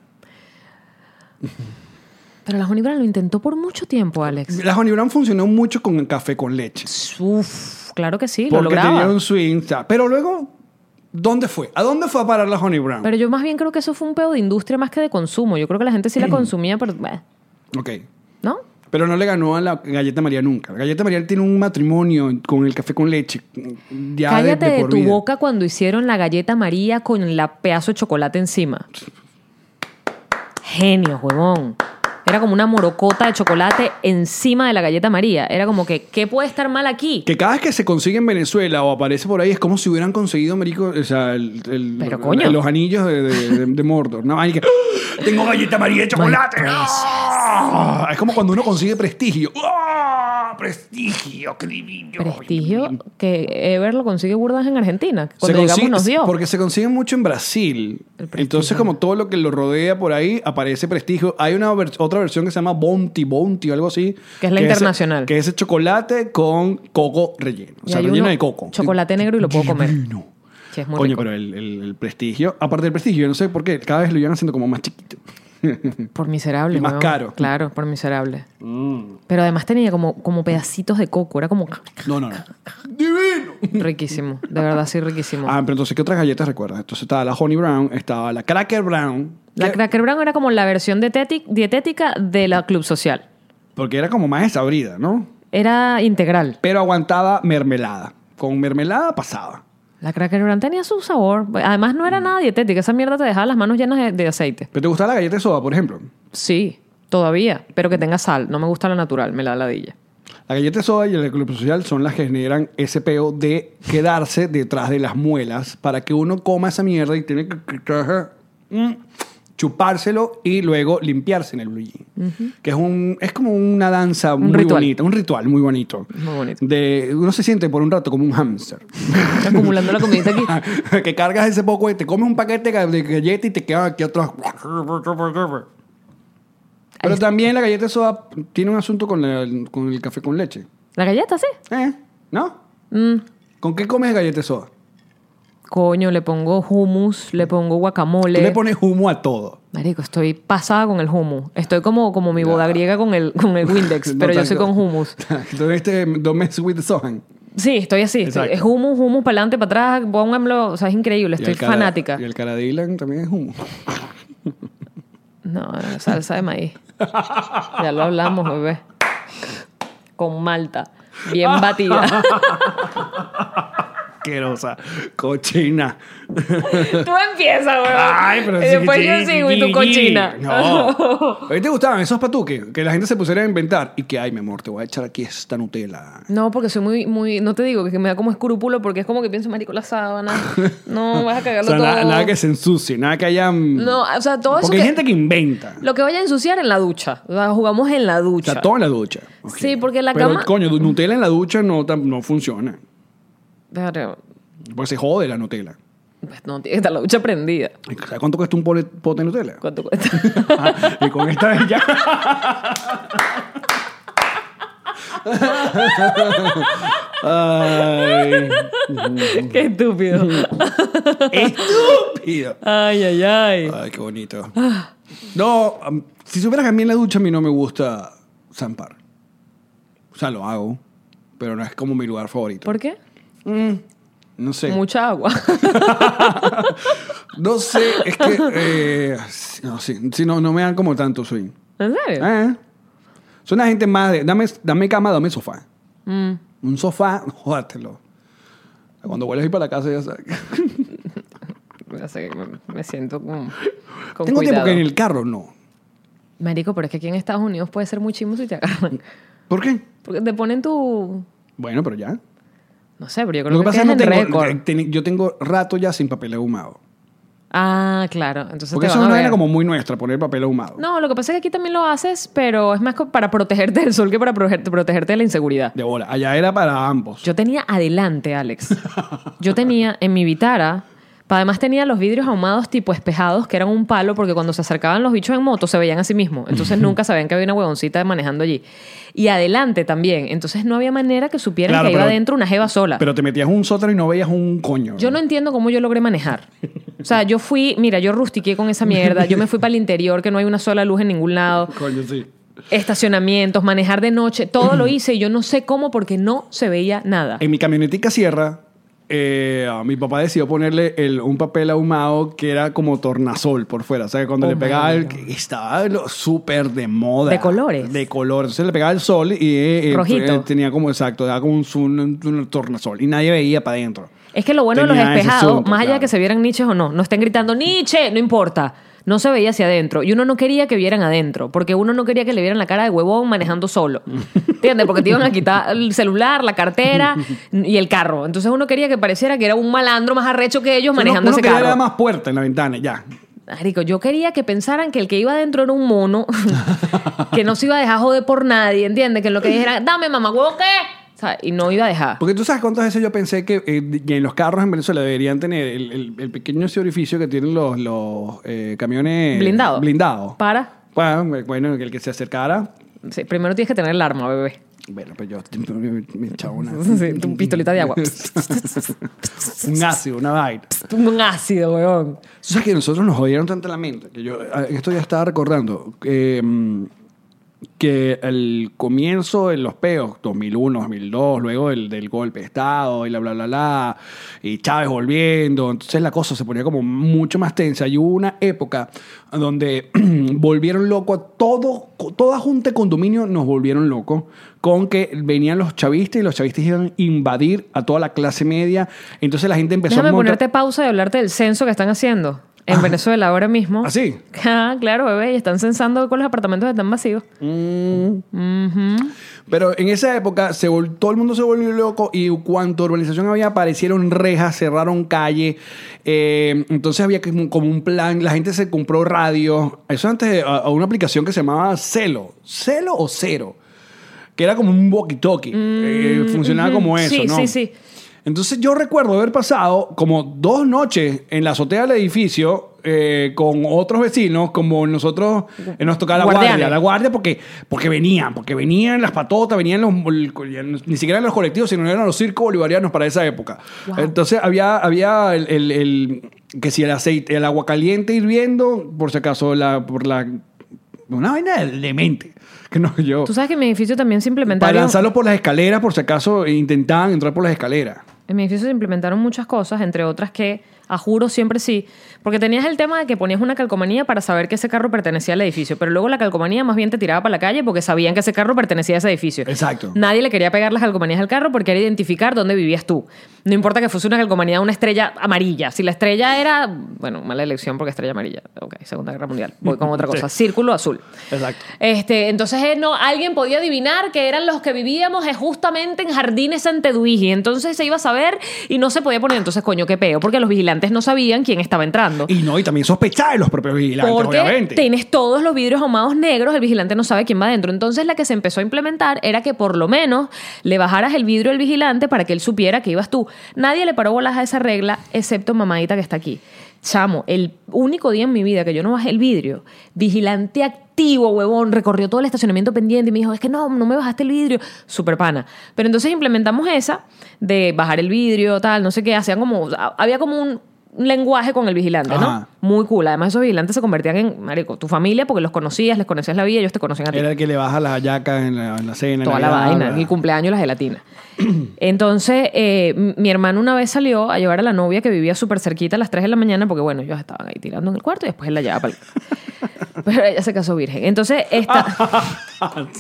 Speaker 4: Pero la Honey Bran lo intentó por mucho tiempo, Alex.
Speaker 3: La Honey Brown funcionó mucho con el café con leche.
Speaker 4: Uf, claro que sí, lo
Speaker 3: Porque
Speaker 4: lograba.
Speaker 3: tenía un swing. ta. Pero luego, ¿dónde fue? ¿A dónde fue a parar la Honey Brown?
Speaker 4: Pero yo más bien creo que eso fue un pedo de industria más que de consumo. Yo creo que la gente sí
Speaker 3: *clears throat*
Speaker 4: la consumía, pero. bah,
Speaker 3: ok.
Speaker 4: ¿No?
Speaker 3: Pero no le ganó a la Galleta María nunca. La Galleta María tiene un matrimonio con el café con leche. Ya de-
Speaker 4: Cállate
Speaker 3: de,
Speaker 4: de,
Speaker 3: por
Speaker 4: tu
Speaker 3: vida.
Speaker 4: boca cuando hicieron la galleta María con la pedazo de chocolate encima. Genio, huevón. Era como una morocota de chocolate encima de la galleta María. Era como que, ¿qué puede estar mal aquí?
Speaker 3: Que cada vez que se consigue en Venezuela o aparece por ahí es como si hubieran conseguido, marico, o sea, el- el-
Speaker 4: Pero, coño.
Speaker 3: los anillos de, de, de- de Mordor. No, hay que, ¡Ah! tengo galleta María de chocolate.
Speaker 4: My precious.
Speaker 3: ¡Ah! Es como cuando uno consigue prestigio. ¡Ah! Prestigio, qué divino.
Speaker 4: Prestigio que Ever lo consigue Burdas en Argentina. que
Speaker 3: Se
Speaker 4: Cuando llegamos
Speaker 3: consigue-
Speaker 4: nos dio.
Speaker 3: Porque se consigue mucho en Brasil. Entonces, como todo lo que lo rodea por ahí, aparece prestigio. Hay una ver- otra versión que se llama Bounty, Bounty o algo así.
Speaker 4: Que es la internacional.
Speaker 3: que es el chocolate con coco relleno. O
Speaker 4: Y
Speaker 3: sea,
Speaker 4: hay
Speaker 3: relleno
Speaker 4: uno
Speaker 3: de coco.
Speaker 4: Chocolate negro y lo puedo comer.
Speaker 3: Divino.
Speaker 4: Sí, es muy
Speaker 3: Coño,
Speaker 4: rico.
Speaker 3: pero el, el- el prestigio, aparte del prestigio, yo no sé por qué, cada vez lo iban haciendo como más chiquito.
Speaker 4: Por miserable.
Speaker 3: Y más
Speaker 4: weón.
Speaker 3: caro. Mm.
Speaker 4: Claro, por miserable. Pero además tenía como, como pedacitos de coco. Era como
Speaker 3: No,
Speaker 4: *laughs*
Speaker 3: no, no. ¡Divino!
Speaker 4: riquísimo. De verdad, sí, riquísimo.
Speaker 3: Ah, pero entonces, ¿qué otras galletas recuerdas? Entonces estaba la Honey Brown, estaba la Cracker Brown.
Speaker 4: la
Speaker 3: que-
Speaker 4: Cracker Brown era como la versión dietéti- dietética de la Club Social.
Speaker 3: Porque era como más desabrida, ¿no?
Speaker 4: Era integral.
Speaker 3: Pero aguantaba mermelada. Con mermelada pasaba.
Speaker 4: La Cracker Brown tenía su sabor. Además, no
Speaker 3: Mm.
Speaker 4: era nada dietética. Esa mierda te dejaba las manos llenas de, de aceite.
Speaker 3: ¿Pero te gustaba la galleta de soda, por ejemplo?
Speaker 4: Sí, todavía. Pero que tenga sal. No me gusta la natural. Me la da
Speaker 3: *laughs*
Speaker 4: ladilla.
Speaker 3: La galleta de soda y el club social son las que generan ese peo de quedarse detrás de las muelas para que uno coma esa mierda y tiene que mm, chupárselo y luego limpiarse en el blue jean. Que es, un, es como una danza muy
Speaker 4: ritual.
Speaker 3: bonita, un ritual muy bonito.
Speaker 4: Muy bonito.
Speaker 3: De, uno se siente por un rato como un hámster.
Speaker 4: Acumulando la comidita aquí.
Speaker 3: *laughs* que cargas ese poco y te comes un paquete de galleta y te quedan aquí atrás. Pero también la galleta de soda tiene un asunto con, la- con el café con leche.
Speaker 4: La galleta, sí.
Speaker 3: ¿Eh? ¿No?
Speaker 4: Mm.
Speaker 3: ¿Con qué comes galleta de soda?
Speaker 4: Coño, le pongo hummus, le pongo guacamole.
Speaker 3: Tú le pones humo a todo.
Speaker 4: Marico, estoy pasada con el hummus. Estoy como, como mi boda
Speaker 3: Ya.
Speaker 4: griega con el,
Speaker 3: *laughs*
Speaker 4: con el Windex,
Speaker 3: No
Speaker 4: pero yo
Speaker 3: tanto.
Speaker 4: soy con hummus.
Speaker 3: *laughs* Entonces este Don't mess with the Sohan.
Speaker 4: Sí, estoy así. estoy-
Speaker 3: Exacto.
Speaker 4: es hummus, hummus para adelante, para atrás, póngamelo. O sea, es
Speaker 3: Y
Speaker 4: increíble. Estoy
Speaker 3: el cara-
Speaker 4: fanática.
Speaker 3: Y el cara de Dylan también es
Speaker 4: *laughs*
Speaker 3: humo.
Speaker 4: No, no, salsa de maíz.
Speaker 3: *laughs*
Speaker 4: Ya lo hablamos, bebé. Con malta. Bien
Speaker 3: *laughs*
Speaker 4: batida.
Speaker 3: Asquerosa. Cochina.
Speaker 4: Tú empiezas, weón.
Speaker 3: Ay, pero
Speaker 4: Y
Speaker 3: sí,
Speaker 4: después
Speaker 3: sí,
Speaker 4: yo sigo y
Speaker 3: sí,
Speaker 4: tu cochina.
Speaker 3: sí.
Speaker 4: *laughs*
Speaker 3: No. ¿A ti te gustaban esos patuques? Que la gente se pusiera a inventar. Y que, ay, mi amor, te voy a echar aquí esta Nutella.
Speaker 4: No, porque soy muy, muy, no te digo que me da como escrúpulo porque es como que pienso, marico, la
Speaker 3: *laughs*
Speaker 4: sábana. No, vas a
Speaker 3: O
Speaker 4: cagarlo
Speaker 3: sea, nada,
Speaker 4: todo.
Speaker 3: nada que se ensucie, nada que haya... mm,
Speaker 4: No, o sea, todo eso
Speaker 3: Porque
Speaker 4: que-
Speaker 3: hay gente que inventa.
Speaker 4: Lo que vaya a ensuciar en la ducha. O sea, jugamos en la
Speaker 3: O
Speaker 4: ducha.
Speaker 3: sea, todo en la ducha. Ok.
Speaker 4: Sí, porque la
Speaker 3: Pero,
Speaker 4: cama-
Speaker 3: coño, Nutella en la ducha no, tam- no funciona.
Speaker 4: Pero,
Speaker 3: Porque se jode la Nutella.
Speaker 4: pues, no, tiene que estar la ducha prendida.
Speaker 3: ¿Sabes cuánto cuesta un pole- pote de *laughs* Nutella?
Speaker 4: ¿Cuánto cuesta? *laughs*
Speaker 3: Ah, y con esta vez ya. Ay,
Speaker 4: Qué estúpido.
Speaker 3: estúpido.
Speaker 4: Ay, ay, ay.
Speaker 3: Ay, qué bonito. No, am, si supieras que a mí en la ducha a mí no me gusta zampar. O sea, lo hago, pero no es como mi lugar favorito. Mm,
Speaker 4: ¿Por qué?
Speaker 3: No sé.
Speaker 4: Mucha agua. *laughs*
Speaker 3: No sé, es que. eh, no, sí, sí, no, no me dan como tanto swing.
Speaker 4: ¿En serio?
Speaker 3: Eh. Son la gente más de. Dame, dame cama, dame sofá.
Speaker 4: Mm.
Speaker 3: Un sofá, *laughs* jódatelo. Cuando vuelves a ir para la casa ya sabes.
Speaker 4: Ya sé, me siento con, *laughs* con
Speaker 3: Tengo tiempo
Speaker 4: cuidado.
Speaker 3: que en el carro no.
Speaker 4: Marico, pero es que aquí en Estados Unidos puede ser muy chimbo si te agarran.
Speaker 3: ¿Por qué?
Speaker 4: Porque te ponen tu...
Speaker 3: Bueno, pero ya.
Speaker 4: No sé, pero yo creo
Speaker 3: Lo que pasa es que no
Speaker 4: tienes el
Speaker 3: tengo,
Speaker 4: récord.
Speaker 3: ten- yo tengo rato ya sin papel ahumado.
Speaker 4: Ah, claro. Entonces
Speaker 3: Porque
Speaker 4: te
Speaker 3: eso es
Speaker 4: van a
Speaker 3: una
Speaker 4: ver.
Speaker 3: vaina como muy nuestra, poner papel ahumado.
Speaker 4: No, lo que pasa es que aquí también lo haces, pero es más co- para protegerte del sol que para proje- protegerte de la inseguridad.
Speaker 3: De bola. Allá era para ambos.
Speaker 4: Yo tenía adelante, Alex. Yo tenía en mi vitara, pa- además tenía los vidrios ahumados tipo espejados, que eran un palo, porque cuando se acercaban los bichos en moto se veían a sí mismos.
Speaker 3: *laughs*
Speaker 4: Entonces nunca sabían que había una huevoncita manejando allí. Y adelante también. Entonces no había manera que supieran
Speaker 3: Claro,
Speaker 4: que iba
Speaker 3: pero-
Speaker 4: adentro una jeva sola.
Speaker 3: Pero te metías un sótano y no veías un coño.
Speaker 4: Yo no entiendo cómo yo logré manejar. O sea, yo fui, mira, yo rustiqué con esa mierda, yo me fui para el interior, que no hay una sola luz en ningún lado,
Speaker 3: Coño, sí.
Speaker 4: estacionamientos, manejar de noche, todo lo hice y yo no sé cómo porque no se veía nada.
Speaker 3: En mi camionetica Sierra, eh, a mi papá decidió ponerle el- un papel ahumado que era como tornasol por fuera. O sea, que cuando
Speaker 4: Oh
Speaker 3: le
Speaker 4: my
Speaker 3: pegaba el-
Speaker 4: God.
Speaker 3: estaba lo- súper de moda.
Speaker 4: De colores.
Speaker 3: De color. Entonces le pegaba el sol y eh, eh,
Speaker 4: Rojito.
Speaker 3: eh, tenía como, exacto, daba como un, zoom, un- un tornasol. Y nadie veía para adentro.
Speaker 4: Es que lo bueno de los
Speaker 3: Tenía ese
Speaker 4: espejados,
Speaker 3: asunto,
Speaker 4: más allá de
Speaker 3: claro.
Speaker 4: que se vieran niches o no, no estén gritando Nietzsche, no importa. no se veía hacia adentro. Y uno no quería que vieran adentro, porque uno no quería que le vieran la cara de huevón manejando solo. ¿Entiendes? Porque te iban a quitar el celular, la cartera y el carro. Entonces uno quería que pareciera que era un malandro más arrecho que ellos
Speaker 3: uno,
Speaker 4: manejando ese
Speaker 3: uno quería
Speaker 4: carro.
Speaker 3: dar más puerta en la ventana, ya.
Speaker 4: Marico, yo quería que pensaran que el que iba adentro era un mono, *laughs* que no se iba a dejar joder por nadie, ¿entiendes? Que en lo que dijera, dame mamá, huevo, ¿qué? O sea, y no iba a dejar.
Speaker 3: Porque tú sabes cuántas veces yo pensé que, eh, que en los carros en Venezuela deberían tener el, el- el pequeño ese orificio que tienen los, los, eh, camiones
Speaker 4: Blindado.
Speaker 3: blindados.
Speaker 4: Para.
Speaker 3: Bueno, bueno, el que se acercara.
Speaker 4: Sí, primero tienes que tener el arma, bebé.
Speaker 3: Bueno, pues yo *laughs* me echaba una.
Speaker 4: Sí, un pistolita de agua.
Speaker 3: *laughs* un ácido, una vaina.
Speaker 4: un ácido, weón.
Speaker 3: Tú sabes que nosotros nos jodieron tanto la mente. Que yo, eh, esto ya estaba recordando. eh, que al comienzo de los peos, 2001, 2002, luego del, del golpe de Estado y la bla, bla, bla, y Chávez volviendo, entonces la cosa se ponía como mucho más tensa. Y hubo una época donde *clears throat* volvieron loco a todo, toda junta de condominio nos volvieron locos con que venían los chavistas y los chavistas iban a invadir a toda la clase media. Entonces la gente empezó
Speaker 4: Déjame
Speaker 3: a montar...
Speaker 4: ponerte pausa y hablarte del censo que están haciendo en Venezuela ahora mismo.
Speaker 3: ¿Ah, sí?
Speaker 4: *laughs* Ah, claro, bebé. Y están censando con los apartamentos que están vacíos.
Speaker 3: Pero en esa época se vol- todo el mundo se volvió loco y cuanto urbanización había, aparecieron rejas, cerraron calle. Eh, entonces había que- como un plan, la gente se compró radio. Eso antes de- a, a una aplicación que se llamaba Celo. ¿Celo o Cero? Que era como un walkie-talkie. Eh, funcionaba como eso,
Speaker 4: Mm, Sí,
Speaker 3: ¿no?
Speaker 4: sí, sí.
Speaker 3: Entonces yo recuerdo haber pasado como dos noches en la azotea del edificio eh, con otros vecinos, como nosotros eh, nos tocaba la
Speaker 4: Guardianes.
Speaker 3: guardia, la guardia porque, porque venían, porque venían las patotas, venían los, ni siquiera eran los colectivos, sino eran los circos bolivarianos para esa época. Entonces había, había el, el- el- que si el aceite, el agua caliente hirviendo, por si acaso la, por la una vaina de demente que no yo.
Speaker 4: Tú sabes que en mi edificio también se implementaron...
Speaker 3: Oh. Para lanzarlo por las escaleras, por si acaso e intentaban entrar por las escaleras.
Speaker 4: En mi edificio se implementaron muchas cosas, entre otras que, a juro, siempre sí. Porque tenías el tema de que ponías una calcomanía para saber que ese carro pertenecía al edificio, pero luego la calcomanía más bien te tiraba para la calle porque sabían que ese carro pertenecía a ese edificio.
Speaker 3: Exacto.
Speaker 4: Nadie le quería pegar las calcomanías al carro porque era identificar dónde vivías tú. No importa que fuese una calcomanía de una estrella amarilla. Si la estrella era, bueno, mala elección porque estrella amarilla. Ok, Segunda Guerra Mundial. Voy con otra cosa. Círculo azul.
Speaker 3: Exacto.
Speaker 4: Este, entonces eh, no, alguien podía adivinar que eran los que vivíamos eh, justamente en Jardines Santeduigi. Entonces se iba a saber y no se podía poner. Entonces, coño, qué peo, porque los vigilantes no sabían quién estaba entrando.
Speaker 3: Y no, y también sospechar de los propios vigilantes,
Speaker 4: porque
Speaker 3: obviamente.
Speaker 4: tienes todos los vidrios ahumados negros, el vigilante no sabe quién va adentro. Entonces la que se empezó a implementar era que por lo menos le bajaras el vidrio al vigilante para que él supiera que ibas tú. Nadie le paró bolas a esa regla, excepto mamadita que está aquí. Chamo, el único día en mi vida que yo no bajé el vidrio, vigilante activo, huevón, recorrió todo el estacionamiento pendiente y me dijo, es que no, no me bajaste el vidrio, super pana. Pero entonces implementamos esa de bajar el vidrio, tal, no sé qué, hacían como, había como un un lenguaje con el vigilante, ¿no?
Speaker 3: Ajá.
Speaker 4: Muy cool. Además, esos vigilantes se convertían en, marico, tu familia porque los conocías, les conocías la vida, ellos te conocían a ti.
Speaker 3: Era el que le baja las hallacas en la, en la cena. en
Speaker 4: Toda la
Speaker 3: Navidad,
Speaker 4: vaina,
Speaker 3: bla,
Speaker 4: en
Speaker 3: bla. *laughs*
Speaker 4: el cumpleaños y
Speaker 3: *clears throat*
Speaker 4: la gelatina. Entonces, eh, m- mi hermano una vez salió a llevar a la novia que vivía súper cerquita a las 3 de la mañana, porque bueno, ellos estaban ahí tirando en el cuarto y después él la llevaba para
Speaker 3: *laughs*
Speaker 4: el... Pero ella se casó virgen. Entonces, esta...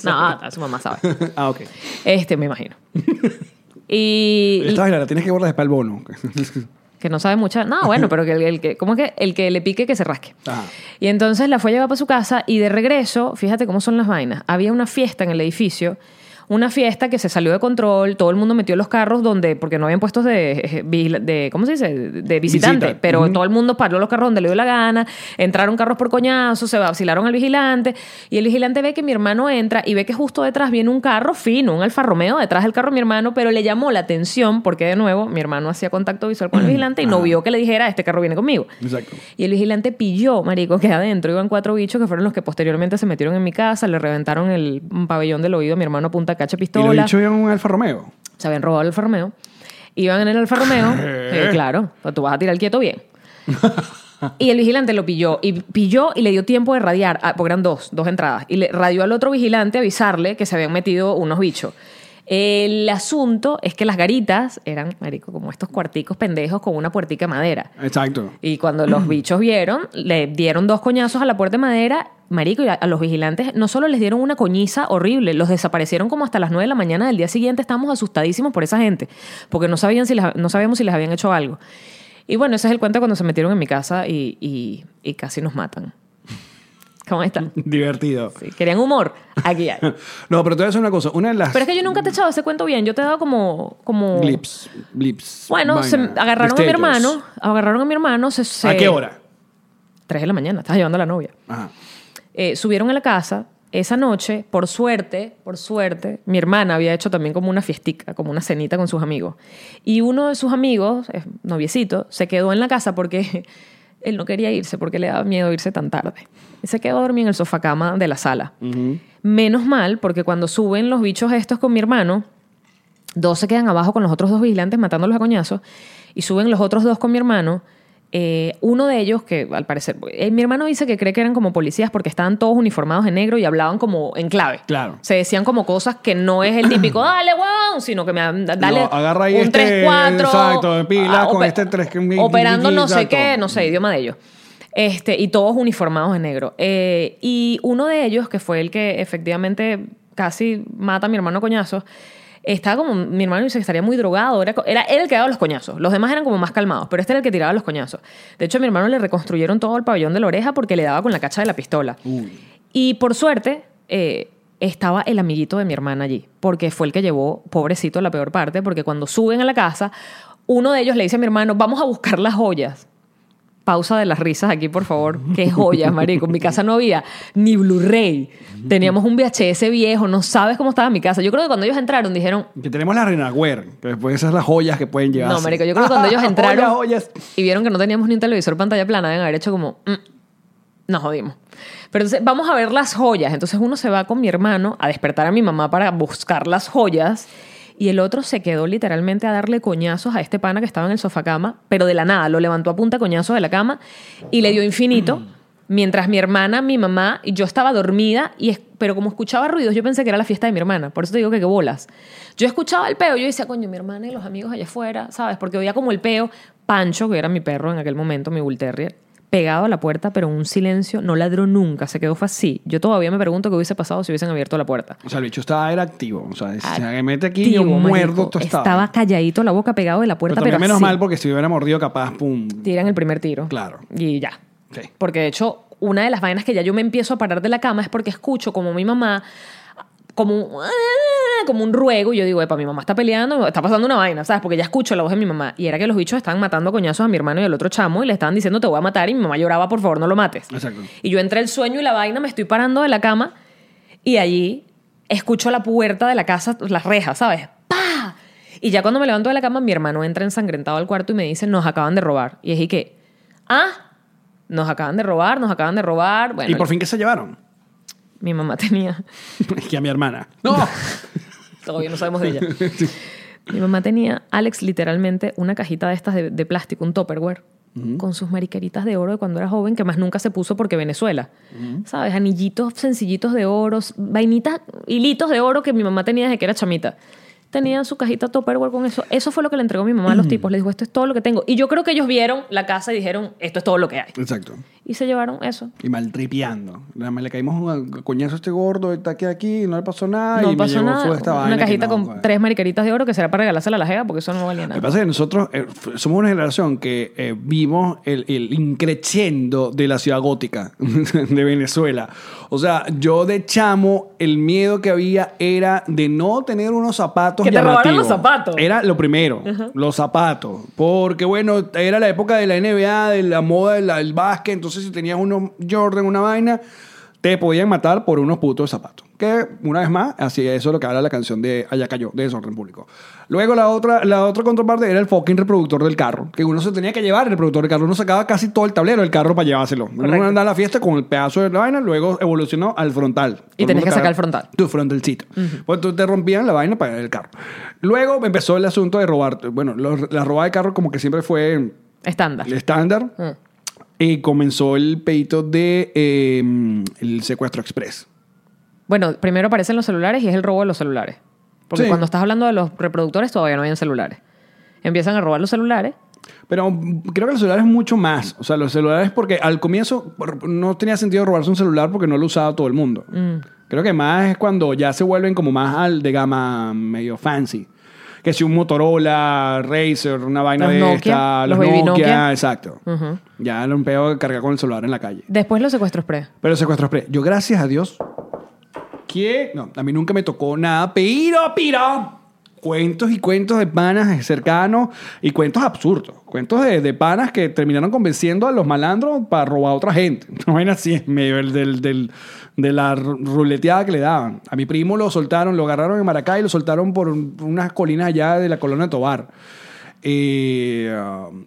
Speaker 4: no, su mamá sabe.
Speaker 3: ah, ok.
Speaker 4: Este,
Speaker 3: *laughs*
Speaker 4: me imagino. Y...
Speaker 3: Esta vaina la tienes que guardar después el bono. *laughs*
Speaker 4: Que no sabe mucha. No, bueno, pero que el, el que. ¿Cómo es que? El que le pique que se rasque.
Speaker 3: Ajá.
Speaker 4: Y entonces la fue a llevar para su casa y de regreso, fíjate cómo son las vainas. Había una fiesta en el edificio. Una fiesta que se salió de control, todo el mundo metió los carros donde, porque no habían puestos de, eh, de ¿cómo se dice? De visitante,
Speaker 3: Visita.
Speaker 4: pero todo el mundo paró los carros donde le dio la gana, entraron carros por coñazo, se vacilaron al vigilante, y el vigilante ve que mi hermano entra y ve que justo detrás viene un carro fino, un Alfa Romeo, detrás del carro de mi hermano, pero le llamó la atención porque de nuevo mi hermano hacía contacto visual con el vigilante y no vio que le dijera, este carro viene conmigo.
Speaker 3: Exacto.
Speaker 4: Y el vigilante pilló, marico, que adentro iban cuatro bichos que fueron los que posteriormente se metieron en mi casa, le reventaron el pabellón del oído a mi hermano a punta de
Speaker 3: Y
Speaker 4: cacha
Speaker 3: lo
Speaker 4: pistola.
Speaker 3: dicho en un Alfa Romeo.
Speaker 4: Se habían robado el Alfa Romeo. Iban en el Alfa Romeo. eh, claro, pues tú vas a tirar quieto bien. Y el vigilante lo pilló. Y pilló y le dio tiempo de radiar, ah, porque eran dos, dos entradas. Y le radió al otro vigilante a avisarle que se habían metido unos bichos. El asunto es que las garitas eran, marico, como estos cuarticos pendejos con una puertica de madera.
Speaker 3: Exacto.
Speaker 4: Y
Speaker 3: *clears throat*
Speaker 4: cuando los bichos vieron, le dieron dos coñazos a la puerta de madera, marico, y a, a los vigilantes no solo les dieron una coñiza horrible, los desaparecieron como hasta las 9 de la mañana del día siguiente, estábamos asustadísimos por esa gente, porque no sabían si les- no sabíamos si les habían hecho algo. Y bueno, ese es el cuento cuando se metieron en mi casa y, y- y casi nos matan. ¿Cómo están?
Speaker 3: Divertido.
Speaker 4: Sí, querían humor. Aquí hay.
Speaker 3: *laughs* No, pero te voy a decir una cosa. Una de las
Speaker 4: Pero es que yo nunca te he echado ese cuento bien. Yo te he dado como... como...
Speaker 3: blips, blips.
Speaker 4: Bueno,
Speaker 3: vaina,
Speaker 4: se- agarraron a mi
Speaker 3: destellos.
Speaker 4: hermano. Agarraron a mi hermano. Se, se-
Speaker 3: ¿A qué hora?
Speaker 4: Tres de la mañana. Estás llevando a la novia.
Speaker 3: Ajá.
Speaker 4: Eh, subieron a la casa. Esa noche, por suerte, por suerte, mi hermana había hecho también como una fiestica, como una cenita con sus amigos. Y uno de sus amigos, eh, noviecito, se quedó en la casa porque *laughs* él no quería irse, porque le daba miedo irse tan tarde. Y se quedó a dormir en el sofá cama de la sala. Menos mal, porque cuando suben los bichos estos con mi hermano, dos se quedan abajo con los otros dos vigilantes matándolos a coñazos y suben los otros dos con mi hermano. Eh, uno de ellos, que al parecer, eh, mi hermano dice que cree que eran como policías porque estaban todos uniformados de negro y hablaban como en clave.
Speaker 3: Claro.
Speaker 4: Se decían como cosas que no es
Speaker 3: *clears throat*
Speaker 4: el típico, dale, weón, sino que me dan- dale
Speaker 3: No, agarra ahí
Speaker 4: un
Speaker 3: este,
Speaker 4: 3-4.
Speaker 3: exacto, de pila, con
Speaker 4: ope-
Speaker 3: este tres que-
Speaker 4: Operando no sé
Speaker 3: exacto.
Speaker 4: qué, no sé, idioma de ellos. Este, y todos uniformados de negro. Eh, y uno de ellos, que fue el que efectivamente casi mata a mi hermano coñazo, estaba como, mi hermano dice que estaría muy drogado, era, co- era él el que daba los coñazos, los demás eran como más calmados, pero este era el que tiraba los coñazos. De hecho, a mi hermano le reconstruyeron todo el pabellón de la oreja porque le daba con la cacha de la pistola. Y por suerte eh, estaba el amiguito de mi hermana allí, porque fue el que llevó, pobrecito, la peor parte, porque cuando suben a la casa, uno de ellos le dice a mi hermano, vamos a buscar las joyas. Pausa de las risas aquí, por favor. Qué joyas, marico. En mi casa no había ni Blu-ray. Teníamos un VHS viejo. No sabes cómo estaba mi casa. Yo creo que cuando ellos entraron dijeron,
Speaker 3: Que tenemos la Renagüer, que después esas las joyas que pueden llevar.
Speaker 4: no, marico, yo creo
Speaker 3: *laughs*
Speaker 4: que cuando ellos entraron
Speaker 3: joyas, joyas.
Speaker 4: y vieron que no teníamos ni un televisor pantalla plana, deben haber hecho como, "Mm, nos jodimos. Pero entonces, vamos a ver las joyas. Entonces uno se va con mi hermano a despertar a mi mamá para buscar las joyas y el otro se quedó literalmente a darle coñazos a este pana que estaba en el sofá cama, pero de la nada, lo levantó a punta de coñazos de la cama y le dio infinito. Mientras mi hermana, mi mamá y yo estaba dormida, y es- pero como escuchaba ruidos, yo pensé que era la fiesta de mi hermana. Por eso te digo que qué bolas. Yo escuchaba el peo, yo decía, coño, mi hermana y los amigos allá afuera, ¿sabes? Porque oía como el peo. Pancho, que era mi perro en aquel momento, mi bull terrier, pegado a la puerta, pero en un silencio, no ladró nunca, se quedó fue así. Yo todavía me pregunto qué hubiese pasado si hubiesen abierto la puerta.
Speaker 3: O sea, el bicho estaba, era activo. O sea, si se
Speaker 4: Activo,
Speaker 3: me mete aquí, yo
Speaker 4: marico.
Speaker 3: muerdo tu estado.
Speaker 4: Estaba calladito, la boca pegado de la
Speaker 3: Pero
Speaker 4: puerta, pero,
Speaker 3: también menos
Speaker 4: así.
Speaker 3: mal porque si me hubiera mordido, capaz, pum.
Speaker 4: Tiran el primer tiro.
Speaker 3: Claro.
Speaker 4: Y ya.
Speaker 3: Sí.
Speaker 4: Porque de hecho, una de las vainas que ya yo me empiezo a parar de la cama es porque escucho como mi mamá, como, un- ah, como un ruego, y yo digo, epa, mi mamá está peleando, está pasando una vaina, ¿sabes? Porque ya escucho la voz de mi mamá. Y era que los bichos estaban matando a coñazos a mi hermano y al otro chamo y le estaban diciendo, te voy a matar, y mi mamá lloraba, por favor, no lo mates.
Speaker 3: Exacto.
Speaker 4: Y yo entre el sueño y la vaina me estoy parando de la cama y allí escucho la puerta de la casa, las rejas, ¿sabes? ¡Pah! Y ya cuando me levanto de la cama, mi hermano entra ensangrentado al cuarto y me dice, nos acaban de robar. Y es y que, ah, nos acaban de robar, nos acaban de robar. Bueno,
Speaker 3: y por fin, ¿qué se llevaron? *laughs*
Speaker 4: mi mamá tenía, *laughs*
Speaker 3: Es que a mi hermana. ¡No!
Speaker 4: todavía no sabemos de ella. Mi mamá tenía, Alex, literalmente una cajita de estas de, de plástico, un topperware, con sus mariqueritas de oro de cuando era joven, que más nunca se puso porque Venezuela. ¿Sabes? Anillitos sencillitos de oro, s- vainitas, hilitos de oro que mi mamá tenía desde que era chamita. Tenía su cajita topperware con eso. Eso fue lo que le entregó mi mamá a los tipos. Le dijo, esto es todo lo que tengo. Y yo creo que ellos vieron la casa y dijeron, esto es todo lo que hay.
Speaker 3: Exacto.
Speaker 4: Y se llevaron eso.
Speaker 3: Y maltripeando. Nada más Le caímos un coñazo a este gordo, está aquí, aquí, no le pasó nada. y
Speaker 4: no
Speaker 3: me
Speaker 4: pasó
Speaker 3: llegó su-
Speaker 4: nada.
Speaker 3: esta vaina
Speaker 4: Una
Speaker 3: que
Speaker 4: cajita
Speaker 3: no,
Speaker 4: con
Speaker 3: bueno.
Speaker 4: tres mariqueritas de oro que será para regalársela a la jeva porque eso no valía
Speaker 3: Lo que
Speaker 4: nada.
Speaker 3: pasa es que nosotros eh, f- somos una generación que eh, vimos el, el increciendo de la ciudad gótica *laughs* de Venezuela. O sea, yo de chamo, el miedo que había era de no tener unos zapatos.
Speaker 4: Que te robaran
Speaker 3: llamativos.
Speaker 4: los zapatos.
Speaker 3: Era lo primero, los zapatos. Porque bueno, era la época de la NBA, de la moda de la- del básquet. Entonces, si tenías unos Jordan, una vaina, te podían matar por unos putos zapatos. Que una vez más, así eso es lo que habla la canción de Allá cayó, de Desorden Público. Luego la otra, la otra contraparte era el fucking reproductor del carro, que uno se tenía que llevar el reproductor del carro, uno sacaba casi todo el tablero del carro para llevárselo. Uno
Speaker 4: Correcto.
Speaker 3: andaba a la fiesta con el pedazo de la vaina, luego evolucionó al frontal.
Speaker 4: Y tenías que sacar el frontal.
Speaker 3: Tu frontalcito. Pues tú te rompían la vaina para el carro. Luego empezó el asunto de robar. Bueno, lo- la roba de carro como que siempre fue
Speaker 4: Estándar.
Speaker 3: el estándar.
Speaker 4: Mm.
Speaker 3: Y comenzó el peito de eh, el secuestro express.
Speaker 4: Bueno, primero aparecen los celulares y es el robo de los celulares. Porque
Speaker 3: Sí.
Speaker 4: cuando estás hablando de los reproductores todavía no habían celulares. Empiezan a robar los celulares.
Speaker 3: Pero mm, creo que los celulares mucho más. O sea, los celulares porque al comienzo por- no tenía sentido robarse un celular porque no lo usaba todo el mundo.
Speaker 4: Mm.
Speaker 3: Creo que más es cuando ya se vuelven como más al de gama medio fancy. que si un Motorola, Razer, una vaina
Speaker 4: Los
Speaker 3: de
Speaker 4: Nokia,
Speaker 3: esta, los,
Speaker 4: los baby
Speaker 3: Nokia,
Speaker 4: Nokia. Mm.
Speaker 3: exacto. Ya lo empeo de cargar con el celular en la calle.
Speaker 4: Después los secuestros pre.
Speaker 3: Pero secuestros pre. Yo, gracias a Dios, que. No, a mí nunca me tocó nada. Pero, pero. Cuentos y cuentos de panas cercanos y cuentos absurdos. Cuentos de, de panas que terminaron convenciendo a los malandros para robar a otra gente. *laughs* No era así, en medio del, del- del- de la ru- ruleteada que le daban. A mi primo lo soltaron, lo agarraron en Maracay y lo soltaron por un- unas colinas allá de la colonia Tobar. Eh, um,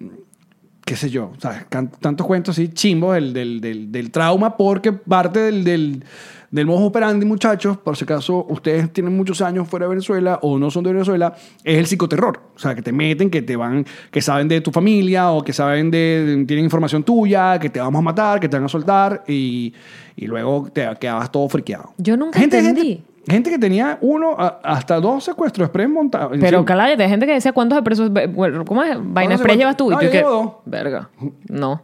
Speaker 3: qué sé yo, o sea, can- tantos cuentos así chimbos del, del, del, del trauma, porque parte del, del, del modus operandi, muchachos, por si acaso ustedes tienen muchos años fuera de Venezuela o no son de Venezuela, es el psicoterror. O sea, que te meten, que te van, que saben de tu familia o que saben de, de- tienen información tuya, que te vamos a matar, que te van a soltar y, y luego te quedabas todo friqueado.
Speaker 4: Yo nunca entendí.
Speaker 3: Gente, gente que tenía uno a- hasta dos secuestros express montados.
Speaker 4: Pero cállate, hay gente que decía cuántos expresos. ve- bueno, ¿Cómo es?
Speaker 3: no
Speaker 4: Vaina
Speaker 3: sé
Speaker 4: express
Speaker 3: cuánto-
Speaker 4: llevas tú.
Speaker 3: No, yo
Speaker 4: que-
Speaker 3: Ah, llevo dos.
Speaker 4: Verga. No.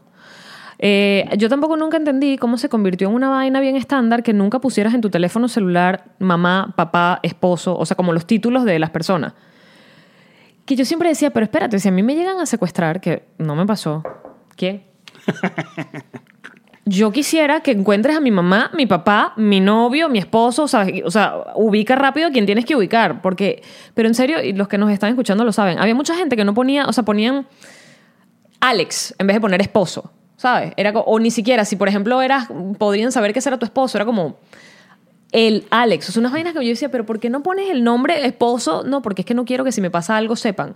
Speaker 4: Eh, yo tampoco nunca entendí cómo se convirtió en una vaina bien estándar que nunca pusieras en tu teléfono celular mamá, papá, esposo, o sea, como los títulos de las personas. Que yo siempre decía, pero espérate, si a mí me llegan a secuestrar, que no me pasó, ¿qué? Yo quisiera que encuentres a mi mamá, mi papá, mi novio, mi esposo, o sea, o sea, ubica rápido a quien tienes que ubicar, porque, pero en serio, y los que nos están escuchando lo saben, había mucha gente que no ponía, o sea, ponían Alex en vez de poner esposo, ¿sabes? Era, co- o ni siquiera, si por ejemplo eras, podrían saber que ese era tu esposo, era como el Alex, o sea, unas vainas que yo decía, pero ¿por qué no pones el nombre esposo? No, porque es que no quiero que si me pasa algo sepan.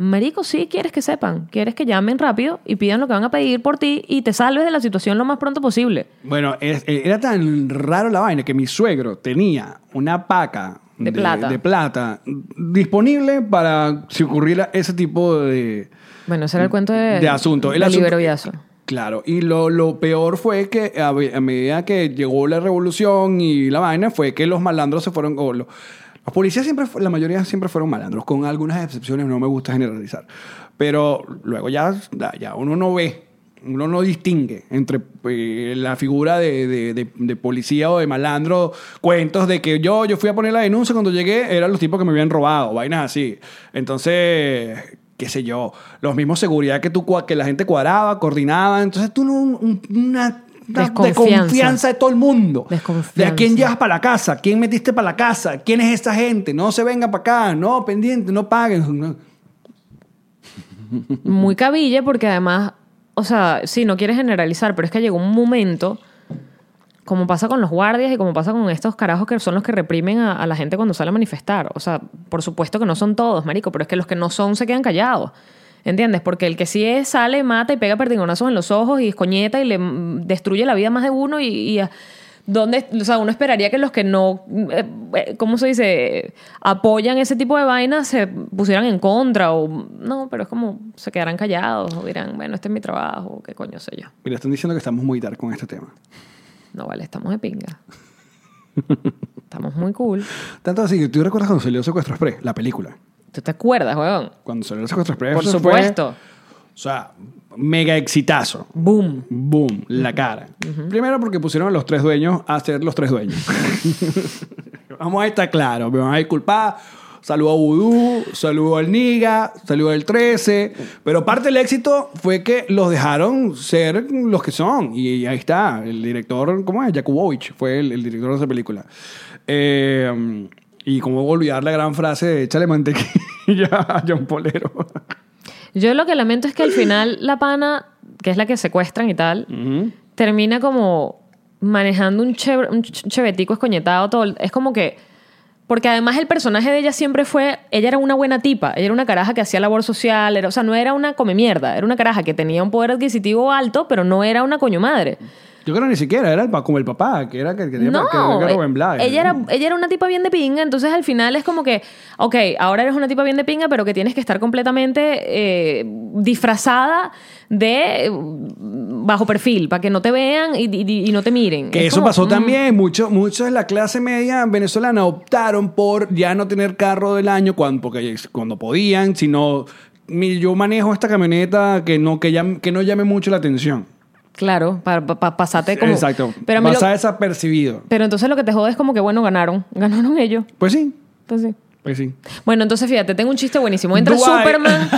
Speaker 4: Marico, sí quieres que sepan, quieres que llamen rápido y pidan lo que van a pedir por ti y te salves de la situación lo más pronto posible.
Speaker 3: Bueno, es- eh, era tan raro la vaina que mi suegro tenía una paca
Speaker 4: De plata.
Speaker 3: de plata disponible para si ocurriera ese tipo de,
Speaker 4: Bueno, ese era el cuento de,
Speaker 3: de asunto. El
Speaker 4: de
Speaker 3: asunto-
Speaker 4: Libero Vidazo.
Speaker 3: Claro, y lo, lo peor fue que a, ve- a medida que llegó la revolución y la vaina, fue que los malandros se fueron. o lo- los policías siempre, fu- la mayoría siempre fueron malandros, con algunas excepciones, no me gusta generalizar. Pero luego ya, ya uno no ve, uno no distingue entre eh, la figura de, de- de- de policía o de malandro, cuentos de que yo, yo fui a poner la denuncia cuando llegué, eran los tipos que me habían robado, vainas así. Entonces qué sé yo, los mismos seguridad que, tú, cua- que la gente cuadraba, coordinaba. Entonces tú no- un- una, una
Speaker 4: Desconfianza.
Speaker 3: desconfianza de todo el mundo.
Speaker 4: Desconfianza.
Speaker 3: De a quién llevas para la casa, quién metiste para la casa, quién es esta gente, no se venga para acá, no, pendiente, no paguen. No.
Speaker 4: Muy cabille porque además, o sea, sí, no quieres generalizar, pero es que llegó un momento, como pasa con los guardias y como pasa con estos carajos que son los que reprimen a, a la gente cuando sale a manifestar. O sea, por supuesto que no son todos, marico, pero es que los que no son se quedan callados. ¿Entiendes? Porque el que sí es, sale, mata y pega perdigonazos en los ojos y escoñeta y le mm, destruye la vida a más de uno y... y a- ¿Dónde, o sea, uno esperaría que los que no, eh, eh, ¿cómo se dice? eh, Apoyan ese tipo de vainas se pusieran en contra o no, pero es como se quedarán callados o dirán, bueno, este es mi trabajo, qué coño sé yo.
Speaker 3: Mira, están diciendo que estamos muy dark con este tema.
Speaker 4: No vale, estamos de pinga. Estamos muy cool.
Speaker 3: Tanto así que tú recuerdas cuando salió Secuestro Express, la película.
Speaker 4: ¿Tú te acuerdas, huevón?
Speaker 3: Cuando salió Secuestro Express.
Speaker 4: Por
Speaker 3: eso fue,
Speaker 4: supuesto.
Speaker 3: o sea, mega exitazo.
Speaker 4: Boom.
Speaker 3: Boom, la cara. Primero porque pusieron a los tres dueños a ser los tres dueños. Vamos a estar claros, me van a disculpar. Saludo a Vudú, saludo al Niga, saludo al 13. Pero parte del éxito fue que los dejaron ser los que son. Y ahí está, el director, ¿cómo es? Jakubowicz fue el, el director de esa película. Eh, y cómo olvidar la gran frase de échale mantequilla a John Polero.
Speaker 4: Yo lo que lamento es que al final la pana, que es la que secuestran y tal, termina como manejando un, chev- un ch- chevetico escoñetado todo. el- Es como que... Porque además el personaje de ella siempre fue... Ella era una buena tipa. Ella era una caraja que hacía labor social. Era, o sea, no era una come mierda. Era una caraja que tenía un poder adquisitivo alto, pero no era una coño madre.
Speaker 3: Yo creo ni siquiera, era el, pa- como el papá, que era que, que tenía que-
Speaker 4: No,
Speaker 3: que era Rubén
Speaker 4: eh,
Speaker 3: Blades.
Speaker 4: ella era, ella era una tipa bien de pinga, entonces al final es como que, ok, ahora eres una tipa bien de pinga, pero que tienes que estar completamente eh, disfrazada de eh, bajo perfil, para que no te vean y, y- y no te miren.
Speaker 3: Que
Speaker 4: Es
Speaker 3: eso
Speaker 4: como,
Speaker 3: pasó
Speaker 4: mm,
Speaker 3: también. Muchos muchos de la clase media venezolana optaron por ya no tener carro del año cuando, porque, cuando podían, sino "Mi, yo manejo esta camioneta que no, que llam- que no llame mucho la atención.
Speaker 4: Claro, para pasarte como...
Speaker 3: Exacto.
Speaker 4: Pero, a mí lo-
Speaker 3: Pasa desapercibido.
Speaker 4: pero entonces lo que te jode es como que, bueno, ganaron, ganaron ellos.
Speaker 3: Pues sí.
Speaker 4: Entonces,
Speaker 3: Pues sí.
Speaker 4: Bueno, entonces fíjate, tengo un chiste buenísimo. Entra
Speaker 3: Dwight.
Speaker 4: *laughs* Superman,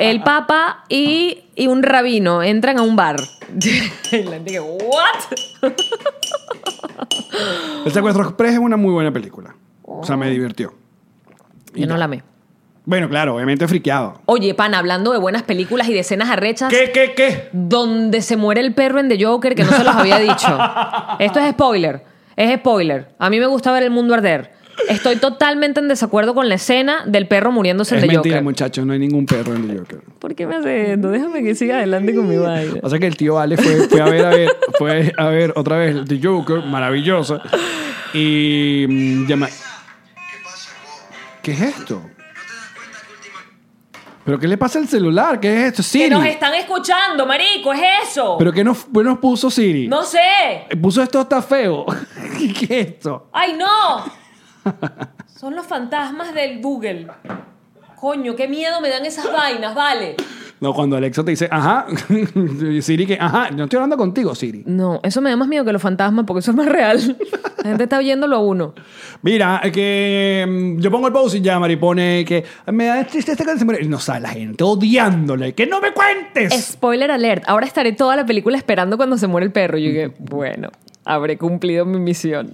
Speaker 4: el Papa y, y un rabino. Entran a un bar. *laughs* y la gente que, ¿what?
Speaker 3: El Secuestro Express es una muy buena película. O
Speaker 4: Oh.
Speaker 3: sea, me divirtió.
Speaker 4: Yo no la amé.
Speaker 3: Bueno, claro, obviamente friqueado.
Speaker 4: Oye, pan, hablando de buenas películas y de escenas arrechas.
Speaker 3: ¿Qué, qué, qué?
Speaker 4: Donde se muere el perro en The Joker, que no se los había *laughs* dicho. Esto es spoiler. Es spoiler. A mí me gusta ver el mundo arder. Estoy totalmente en desacuerdo con la escena del perro muriéndose
Speaker 3: Es
Speaker 4: en The
Speaker 3: mentira,
Speaker 4: Joker.
Speaker 3: muchachos, no hay ningún perro en el Joker.
Speaker 4: ¿Por qué me hace esto? Déjame que siga adelante con mi vaina.
Speaker 3: O sea que el tío Ale fue, fue a ver, a ver, fue a ver otra vez The Joker, maravillosa. Y mm, llama. ¿Qué es esto? ¿Pero qué le pasa al celular? ¿Qué es esto?
Speaker 4: Que
Speaker 3: Siri.
Speaker 4: nos están escuchando, marico, es eso.
Speaker 3: ¿Pero qué nos, qué nos puso Siri?
Speaker 4: No sé.
Speaker 3: Puso esto está feo. *laughs* ¿Qué es esto?
Speaker 4: ¡Ay, no! Son los fantasmas del Google. Coño, qué miedo me dan esas vainas, vale.
Speaker 3: No, cuando Alexa te dice, ajá, *laughs* y Siri que, ajá, no estoy hablando contigo, Siri.
Speaker 4: No, eso me da más miedo que los fantasmas porque eso es más real. La gente está oyéndolo a uno.
Speaker 3: Mira, eh, que mm, yo pongo el post y llama y pone que me da tristeza que se muere. Y No sabe la gente odiándole. ¡Que no me cuentes!
Speaker 4: Spoiler alert. Ahora estaré toda la película esperando cuando se muere el perro. Yo dije, bueno, habré cumplido mi misión.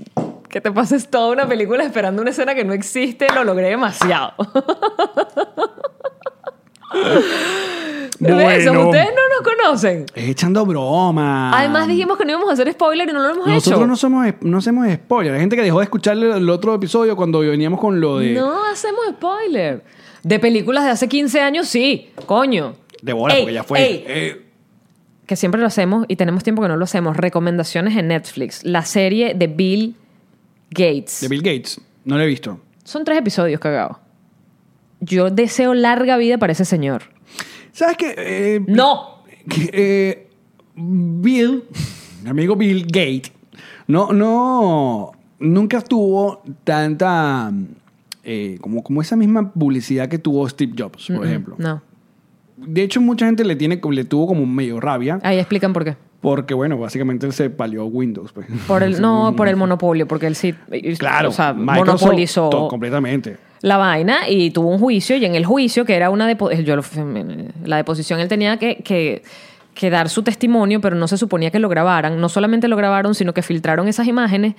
Speaker 4: Que te pases toda una película esperando una escena que no existe, lo logré demasiado. *laughs*
Speaker 3: Bueno.
Speaker 4: Besos, ustedes no nos conocen.
Speaker 3: Es echando broma.
Speaker 4: Además dijimos que no íbamos a hacer spoiler y no lo hemos
Speaker 3: Ah. Nosotros
Speaker 4: hecho.
Speaker 3: no somos no hacemos spoiler. Hay gente que dejó de escuchar el- el otro episodio cuando veníamos con lo de.
Speaker 4: No hacemos spoiler. De películas de hace 15 años, sí, coño.
Speaker 3: De bola,
Speaker 4: Ey,
Speaker 3: porque ya fue.
Speaker 4: ey.
Speaker 3: Eh,
Speaker 4: Que siempre lo hacemos y tenemos tiempo que no lo hacemos. Recomendaciones en Netflix. La serie de Bill Gates.
Speaker 3: de Bill Gates. No lo he visto.
Speaker 4: Son tres episodios, cagado. Yo deseo larga vida para ese señor.
Speaker 3: ¿Sabes qué? Eh,
Speaker 4: ¡No!
Speaker 3: que, eh, Bill, mi amigo Bill Gates, no, no, nunca tuvo tanta, eh, como, como esa misma publicidad que tuvo Steve Jobs, por
Speaker 4: Mm, mm,
Speaker 3: ejemplo.
Speaker 4: No.
Speaker 3: De hecho, mucha gente le, tiene, le tuvo como medio rabia,
Speaker 4: Ahí explican por qué.
Speaker 3: porque bueno, básicamente él se palió Windows. Pues.
Speaker 4: Por el, no, por el monopolio, porque él sí.
Speaker 3: Claro,
Speaker 4: O sea,
Speaker 3: Microsoft,
Speaker 4: monopolizó.
Speaker 3: to- completamente.
Speaker 4: la vaina y tuvo un juicio y en el juicio que era una depo- yo lo- la deposición él tenía que, que- que dar su testimonio pero no se suponía que lo grabaran no solamente lo grabaron sino que filtraron esas imágenes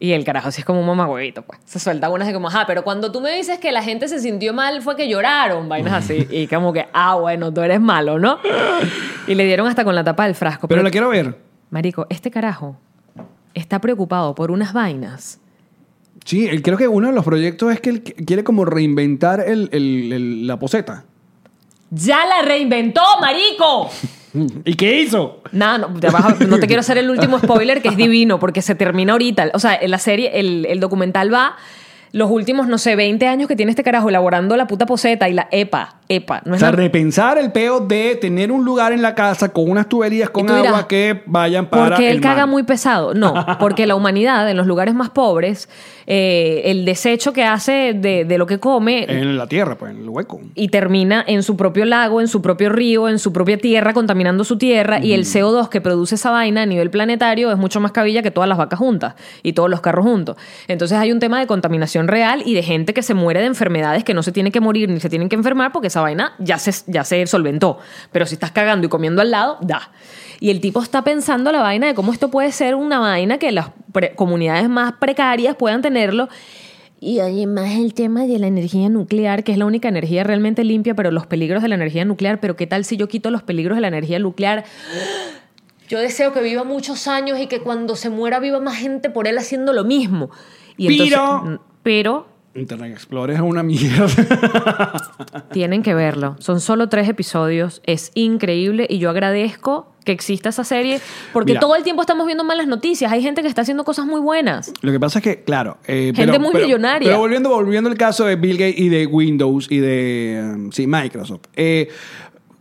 Speaker 4: y el carajo así es como un mamagüevito pues se suelta unas de como ajá pero cuando tú me dices que la gente se sintió mal fue que lloraron vainas así y como que ah bueno tú eres malo ¿no? y le dieron hasta con la tapa del frasco
Speaker 3: Pero la quiero ver.
Speaker 4: marico este carajo está preocupado por unas vainas
Speaker 3: Sí, él- creo que uno de los proyectos es que él qu- quiere como reinventar el- el- el- la poseta.
Speaker 4: ya la reinventó marico
Speaker 3: ¿Y qué hizo?
Speaker 4: Nada, no, te vas a- no te quiero hacer el
Speaker 3: *laughs*
Speaker 4: último spoiler que es divino porque se termina ahorita. O sea, en la serie, el, el documental va los últimos, no sé, 20 años que tiene este carajo elaborando la puta poseta y la EPA, EPA. No
Speaker 3: O
Speaker 4: es
Speaker 3: sea,
Speaker 4: la-
Speaker 3: repensar el peo de tener un lugar en la casa con unas tuberías
Speaker 4: Y
Speaker 3: con
Speaker 4: tú dirás,
Speaker 3: agua que vayan para
Speaker 4: porque él
Speaker 3: el mar.
Speaker 4: caga muy
Speaker 3: *laughs*
Speaker 4: pesado. No, porque la humanidad en los lugares más pobres, eh, el desecho que hace de, de lo que come
Speaker 3: en la tierra, pues, en el hueco.
Speaker 4: y termina en su propio lago, en su propio río, en su propia tierra, contaminando su tierra. Y el CO2 que produce esa vaina a nivel planetario es mucho más cabilla que todas las vacas juntas y todos los carros juntos. Entonces hay un tema de contaminación real y de gente que se muere de enfermedades que no se tiene que morir ni se tienen que enfermar porque esa vaina ya se, ya se solventó. Pero si estás cagando y comiendo al lado, da. Y el tipo está pensando la vaina de cómo esto puede ser una vaina que las pre- comunidades más precarias puedan tenerlo. Y además el tema de la energía nuclear, que es la única energía realmente limpia, pero los peligros de la energía nuclear, pero ¿qué tal si yo quito los peligros de la energía nuclear? Yo deseo que viva muchos años y que cuando se muera viva más gente por él haciendo lo mismo. Y
Speaker 3: Pero-
Speaker 4: pero
Speaker 3: Internet Explorer es una *laughs* mierda.
Speaker 4: tienen que verlo. Son solo tres episodios. Es increíble y yo agradezco que exista esa serie porque
Speaker 3: Mira.
Speaker 4: todo el tiempo estamos viendo malas noticias. Hay gente que está haciendo cosas muy buenas.
Speaker 3: Lo que pasa es que, claro. eh,
Speaker 4: Gente muy millonaria.
Speaker 3: Pero volviendo, volviendo al caso de Bill Gates y de Windows y de. um, sí, Microsoft. Eh,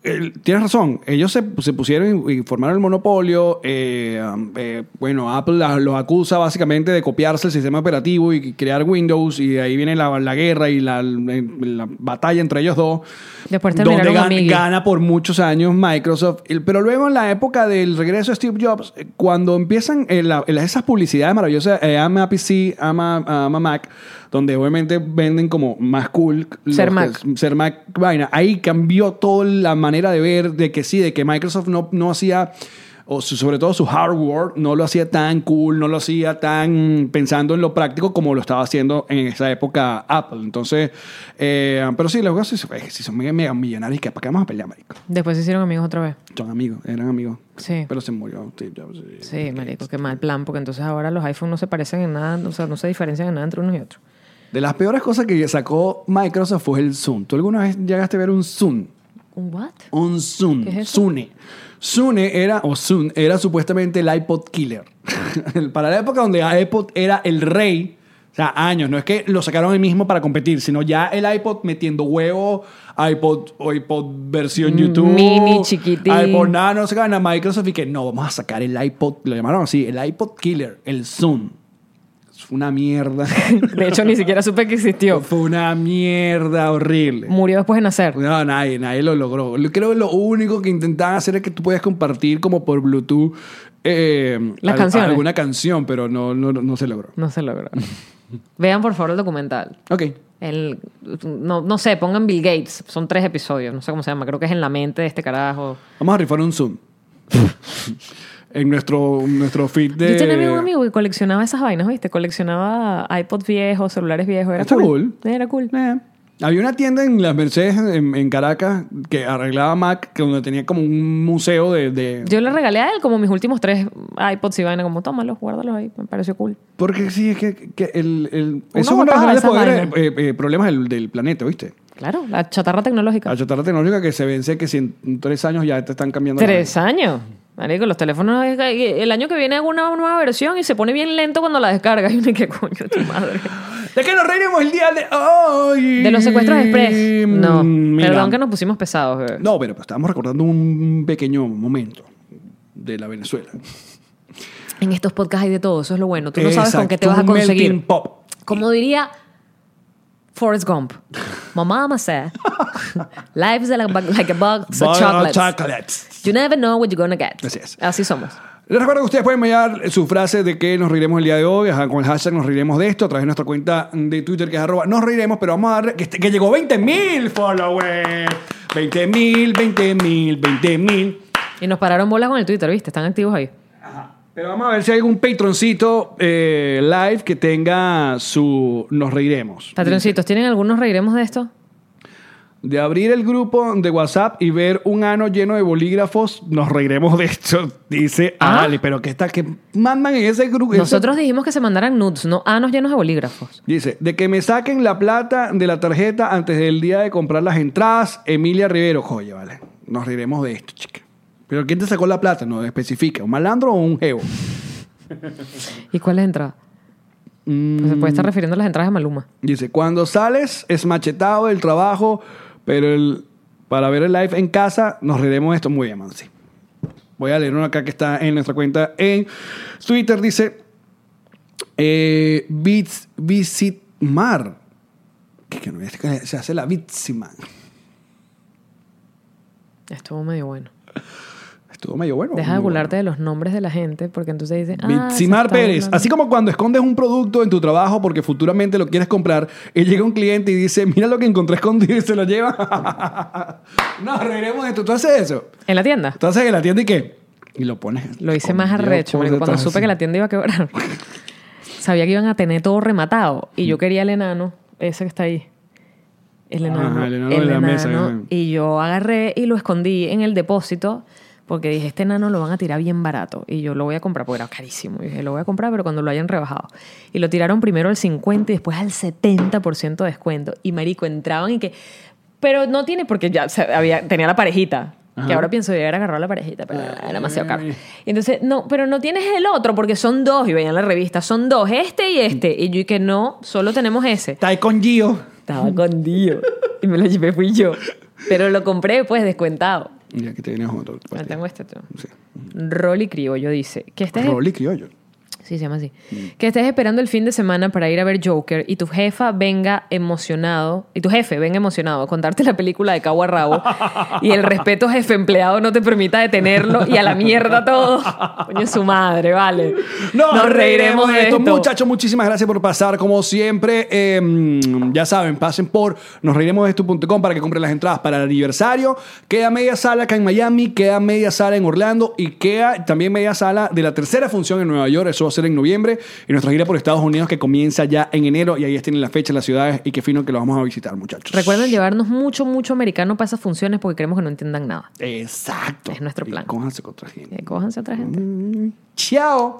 Speaker 3: eh, tienes razón, ellos se, se pusieron y formaron el monopolio. eh, um, eh, bueno, Apple la- los acusa básicamente de copiarse el sistema operativo y crear Windows, y de ahí viene la, la guerra y la, la batalla entre ellos dos.
Speaker 4: Después
Speaker 3: donde
Speaker 4: terminaron
Speaker 3: gan-
Speaker 4: amigos.
Speaker 3: gana por muchos años Microsoft. El- Pero luego en la época del regreso de Steve Jobs, eh, cuando empiezan eh, la- la- esas publicidades maravillosas, eh, ama PC, ama, ama Mac, donde obviamente venden como más cool los
Speaker 4: Ser
Speaker 3: que-
Speaker 4: Mac.
Speaker 3: ser Mac vaina. Ahí cambió toda la manera de ver de que sí, de que Microsoft no, no hacía, o su- sobre todo su hardware, no lo hacía tan cool, no lo hacía tan pensando en lo práctico como lo estaba haciendo en esa época Apple. Entonces, eh, pero sí, los juegos sí, son- eh, sí son mega, mega millonarios, que para qué vamos a pelear, marico.
Speaker 4: Después se hicieron amigos otra vez.
Speaker 3: Son amigos, eran amigos.
Speaker 4: Sí.
Speaker 3: Pero se murió Steve Jobs, sí.
Speaker 4: Sí, marico, qué mal plan, porque entonces ahora los iPhones no se parecen en nada, o sea, no se diferencian en nada entre unos y otros.
Speaker 3: De las peores cosas que sacó Microsoft fue el Zoom. ¿Tú alguna vez llegaste a ver un Zoom?
Speaker 4: ¿Un what?
Speaker 3: Un Zoom.
Speaker 4: ¿Qué es eso?
Speaker 3: Zune. Zune era, o Zune, era supuestamente el iPod killer. *laughs* para la época donde iPod era el rey, o sea, años, no es que lo sacaron el mismo para competir, sino ya el iPod metiendo huevo, iPod, o iPod versión YouTube.
Speaker 4: Mm, mini, chiquitín.
Speaker 3: iPod Nano, se gana Microsoft y que no, vamos a sacar el iPod, lo llamaron así, el iPod killer, el Zoom. Fue una
Speaker 4: *laughs*
Speaker 3: mierda.
Speaker 4: De hecho, ni siquiera supe
Speaker 3: *laughs*
Speaker 4: que existió.
Speaker 3: Fue una mierda horrible.
Speaker 4: Murió después de nacer.
Speaker 3: No, nadie, nadie lo logró. Lo- Creo que lo único que intentaban hacer es que tú podías compartir como por Bluetooth eh,
Speaker 4: Las canciones.
Speaker 3: alguna canción, pero no, no, no se logró.
Speaker 4: No se logró. Vean, por favor, el documental.
Speaker 3: Ok.
Speaker 4: El, no, no sé, pongan Bill Gates. Son tres episodios, no sé cómo se llama. Creo que es en la mente de este carajo.
Speaker 3: Vamos a rifar un Zoom. *laughs* en nuestro, nuestro feed de...
Speaker 4: Yo tenía un amigo que coleccionaba esas vainas, ¿viste? Coleccionaba iPods viejos, celulares viejos. Era
Speaker 3: Está
Speaker 4: cool.
Speaker 3: cool.
Speaker 4: Era cool.
Speaker 3: Eh. Había una tienda en las Mercedes, en, en Caracas, que arreglaba Mac, que donde tenía como un museo de... de-
Speaker 4: Yo le regalé a él como mis últimos tres iPods y vaina, como tómalos, guárdalos ahí. Me pareció cool.
Speaker 3: Porque sí, es que, que el, el- Eso es uno de los
Speaker 4: botaba
Speaker 3: grandes
Speaker 4: esa
Speaker 3: poderes,
Speaker 4: vaina.
Speaker 3: eh, eh, problemas del, del planeta, ¿viste?
Speaker 4: Claro, la chatarra tecnológica.
Speaker 3: La chatarra tecnológica que se vence que si en tres años ya te están cambiando. la
Speaker 4: Tres años. Marico, los teléfonos. El año que viene hago una nueva versión y se pone bien lento cuando la descargas. *laughs* Y uno, ¿qué coño, tu madre?
Speaker 3: vaina. ¿De qué nos reiremos el día de hoy? Mm,
Speaker 4: De los secuestros express. No.
Speaker 3: Mira.
Speaker 4: Perdón que nos pusimos pesados, bebé.
Speaker 3: No, pero estamos recordando un pequeño momento de la Venezuela.
Speaker 4: En estos podcasts hay de todo, eso es lo bueno. Tú no sabes con
Speaker 3: Exacto,
Speaker 4: qué te vas a
Speaker 3: un melting
Speaker 4: conseguir.
Speaker 3: Pop.
Speaker 4: Como diría Forrest Gump.
Speaker 3: *laughs*
Speaker 4: Mamá, mamá, Life's like a, bu- like a box of
Speaker 3: Bottle of
Speaker 4: chocolates.
Speaker 3: chocolates.
Speaker 4: You never know what you're gonna get.
Speaker 3: Así es.
Speaker 4: Así somos.
Speaker 3: Les recuerdo que ustedes pueden enviar su frase de que nos reiremos el día de hoy, ajá, con el hashtag nos reiremos de esto, a través de nuestra cuenta de Twitter que es arroba nos reiremos, pero vamos a darle que, este- que llegó 20 mil followers. 20 mil, 20 mil, 20 mil.
Speaker 4: Y nos pararon bolas con el Twitter, ¿viste? Están activos ahí.
Speaker 3: Pero vamos a ver si hay algún patroncito eh, live que tenga su nos reiremos.
Speaker 4: Patroncitos, ¿tienen algunos reiremos de esto?
Speaker 3: De abrir el grupo de WhatsApp y ver un ano lleno de bolígrafos, nos reiremos de esto, *laughs* dice
Speaker 4: Ah.
Speaker 3: Ale. Pero que está, que mandan en ese grupo.
Speaker 4: Nosotros dijimos que se mandaran nudes, no anos llenos de bolígrafos.
Speaker 3: Dice, de que me saquen la plata de la tarjeta antes del día de comprar las entradas, Emilia Rivero. Oye, vale, nos reiremos de esto, chica. Pero ¿quién te sacó la plata? No especifica, ¿un malandro o un jevo?
Speaker 4: ¿Y cuál es la entrada?
Speaker 3: Mm,
Speaker 4: Pues se puede estar refiriendo a las entradas de Maluma.
Speaker 3: Dice, cuando sales es machetado del trabajo, pero el, para ver el live en casa nos reiremos de esto. Muy bien, Mansi. Voy a leer uno acá que está en nuestra cuenta en Twitter. Dice, eh, Bits- Visitmar. Que, que no es que se hace la Bitsimar.
Speaker 4: Estuvo medio bueno.
Speaker 3: Estuvo medio bueno.
Speaker 4: Deja de
Speaker 3: muy bueno.
Speaker 4: burlarte de los nombres de la gente porque entonces dicen... "Ah, se
Speaker 3: Bitsimar
Speaker 4: está
Speaker 3: Pérez,
Speaker 4: burlando".
Speaker 3: así como cuando escondes un producto en tu trabajo porque futuramente lo quieres comprar, y llega un cliente y dice, mira lo que encontré escondido y se lo lleva. *laughs* no, reiremos de esto. ¿Tú haces eso?
Speaker 4: ¿En la tienda?
Speaker 3: ¿Tú haces en la tienda y qué? Y lo pones.
Speaker 4: Lo hice más
Speaker 3: escondido
Speaker 4: arrecho,
Speaker 3: por
Speaker 4: marico, cuando
Speaker 3: detrás,
Speaker 4: supe
Speaker 3: así.
Speaker 4: que la tienda iba a quebrar. *laughs* Sabía que iban a tener todo rematado. Y yo quería el enano, ese que está ahí. El enano.
Speaker 3: Ajá, Ah, el enano de la mesa,
Speaker 4: enano.
Speaker 3: ajá.
Speaker 4: Y yo agarré y lo escondí en el depósito porque dije, este enano lo van a tirar bien barato. Y yo lo voy a comprar, porque era carísimo. Y dije, lo voy a comprar, pero cuando lo hayan rebajado. Y lo tiraron primero al 50 y después al 70% de descuento. Y marico, entraban y que... Pero no tiene porque ya se- había, tenía la parejita. Que ahora pienso llegar a agarrar la parejita, pero era demasiado caro. Y entonces, no, pero no tienes el otro porque son dos. Y veían la revista, son dos, este y este. Y yo y que no, solo tenemos ese.
Speaker 3: Está ahí con Gio.
Speaker 4: Estaba con Dios. Y me lo llevé fui yo. Pero lo compré, pues, descuentado.
Speaker 3: Y aquí tienes otro.
Speaker 4: Ah, tengo este tú.
Speaker 3: Pues Sí.
Speaker 4: Rolly Criollo dice que este estés
Speaker 3: Rolly criollo.
Speaker 4: Sí, se llama así. Que estés esperando el fin de semana para ir a ver Joker y tu jefa venga emocionado, y tu jefe venga emocionado a contarte la película de cabo a rabo y el respeto jefe empleado no te permita detenerlo y a la mierda todo. Coño, su madre, vale.
Speaker 3: Muchachos, muchísimas gracias por pasar. Como siempre, eh, ya saben, pasen por nosreiremosdeesto.com para que compren las entradas para el aniversario. Queda media sala acá en Miami, queda media sala en Orlando y queda también media sala de la tercera función en Nueva York. Eso va a ser en noviembre. Y nuestra gira por Estados Unidos que comienza ya en enero. Y ahí tienen las fechas, las ciudades y qué fino que lo vamos a visitar, muchachos.
Speaker 4: Recuerden llevarnos mucho, mucho americano para esas funciones porque queremos que no entiendan nada.
Speaker 3: Exacto.
Speaker 4: Es nuestro
Speaker 3: Y
Speaker 4: plan.
Speaker 3: cójanse con otra gente.
Speaker 4: Eh, cójanse a otra gente.
Speaker 3: Chao.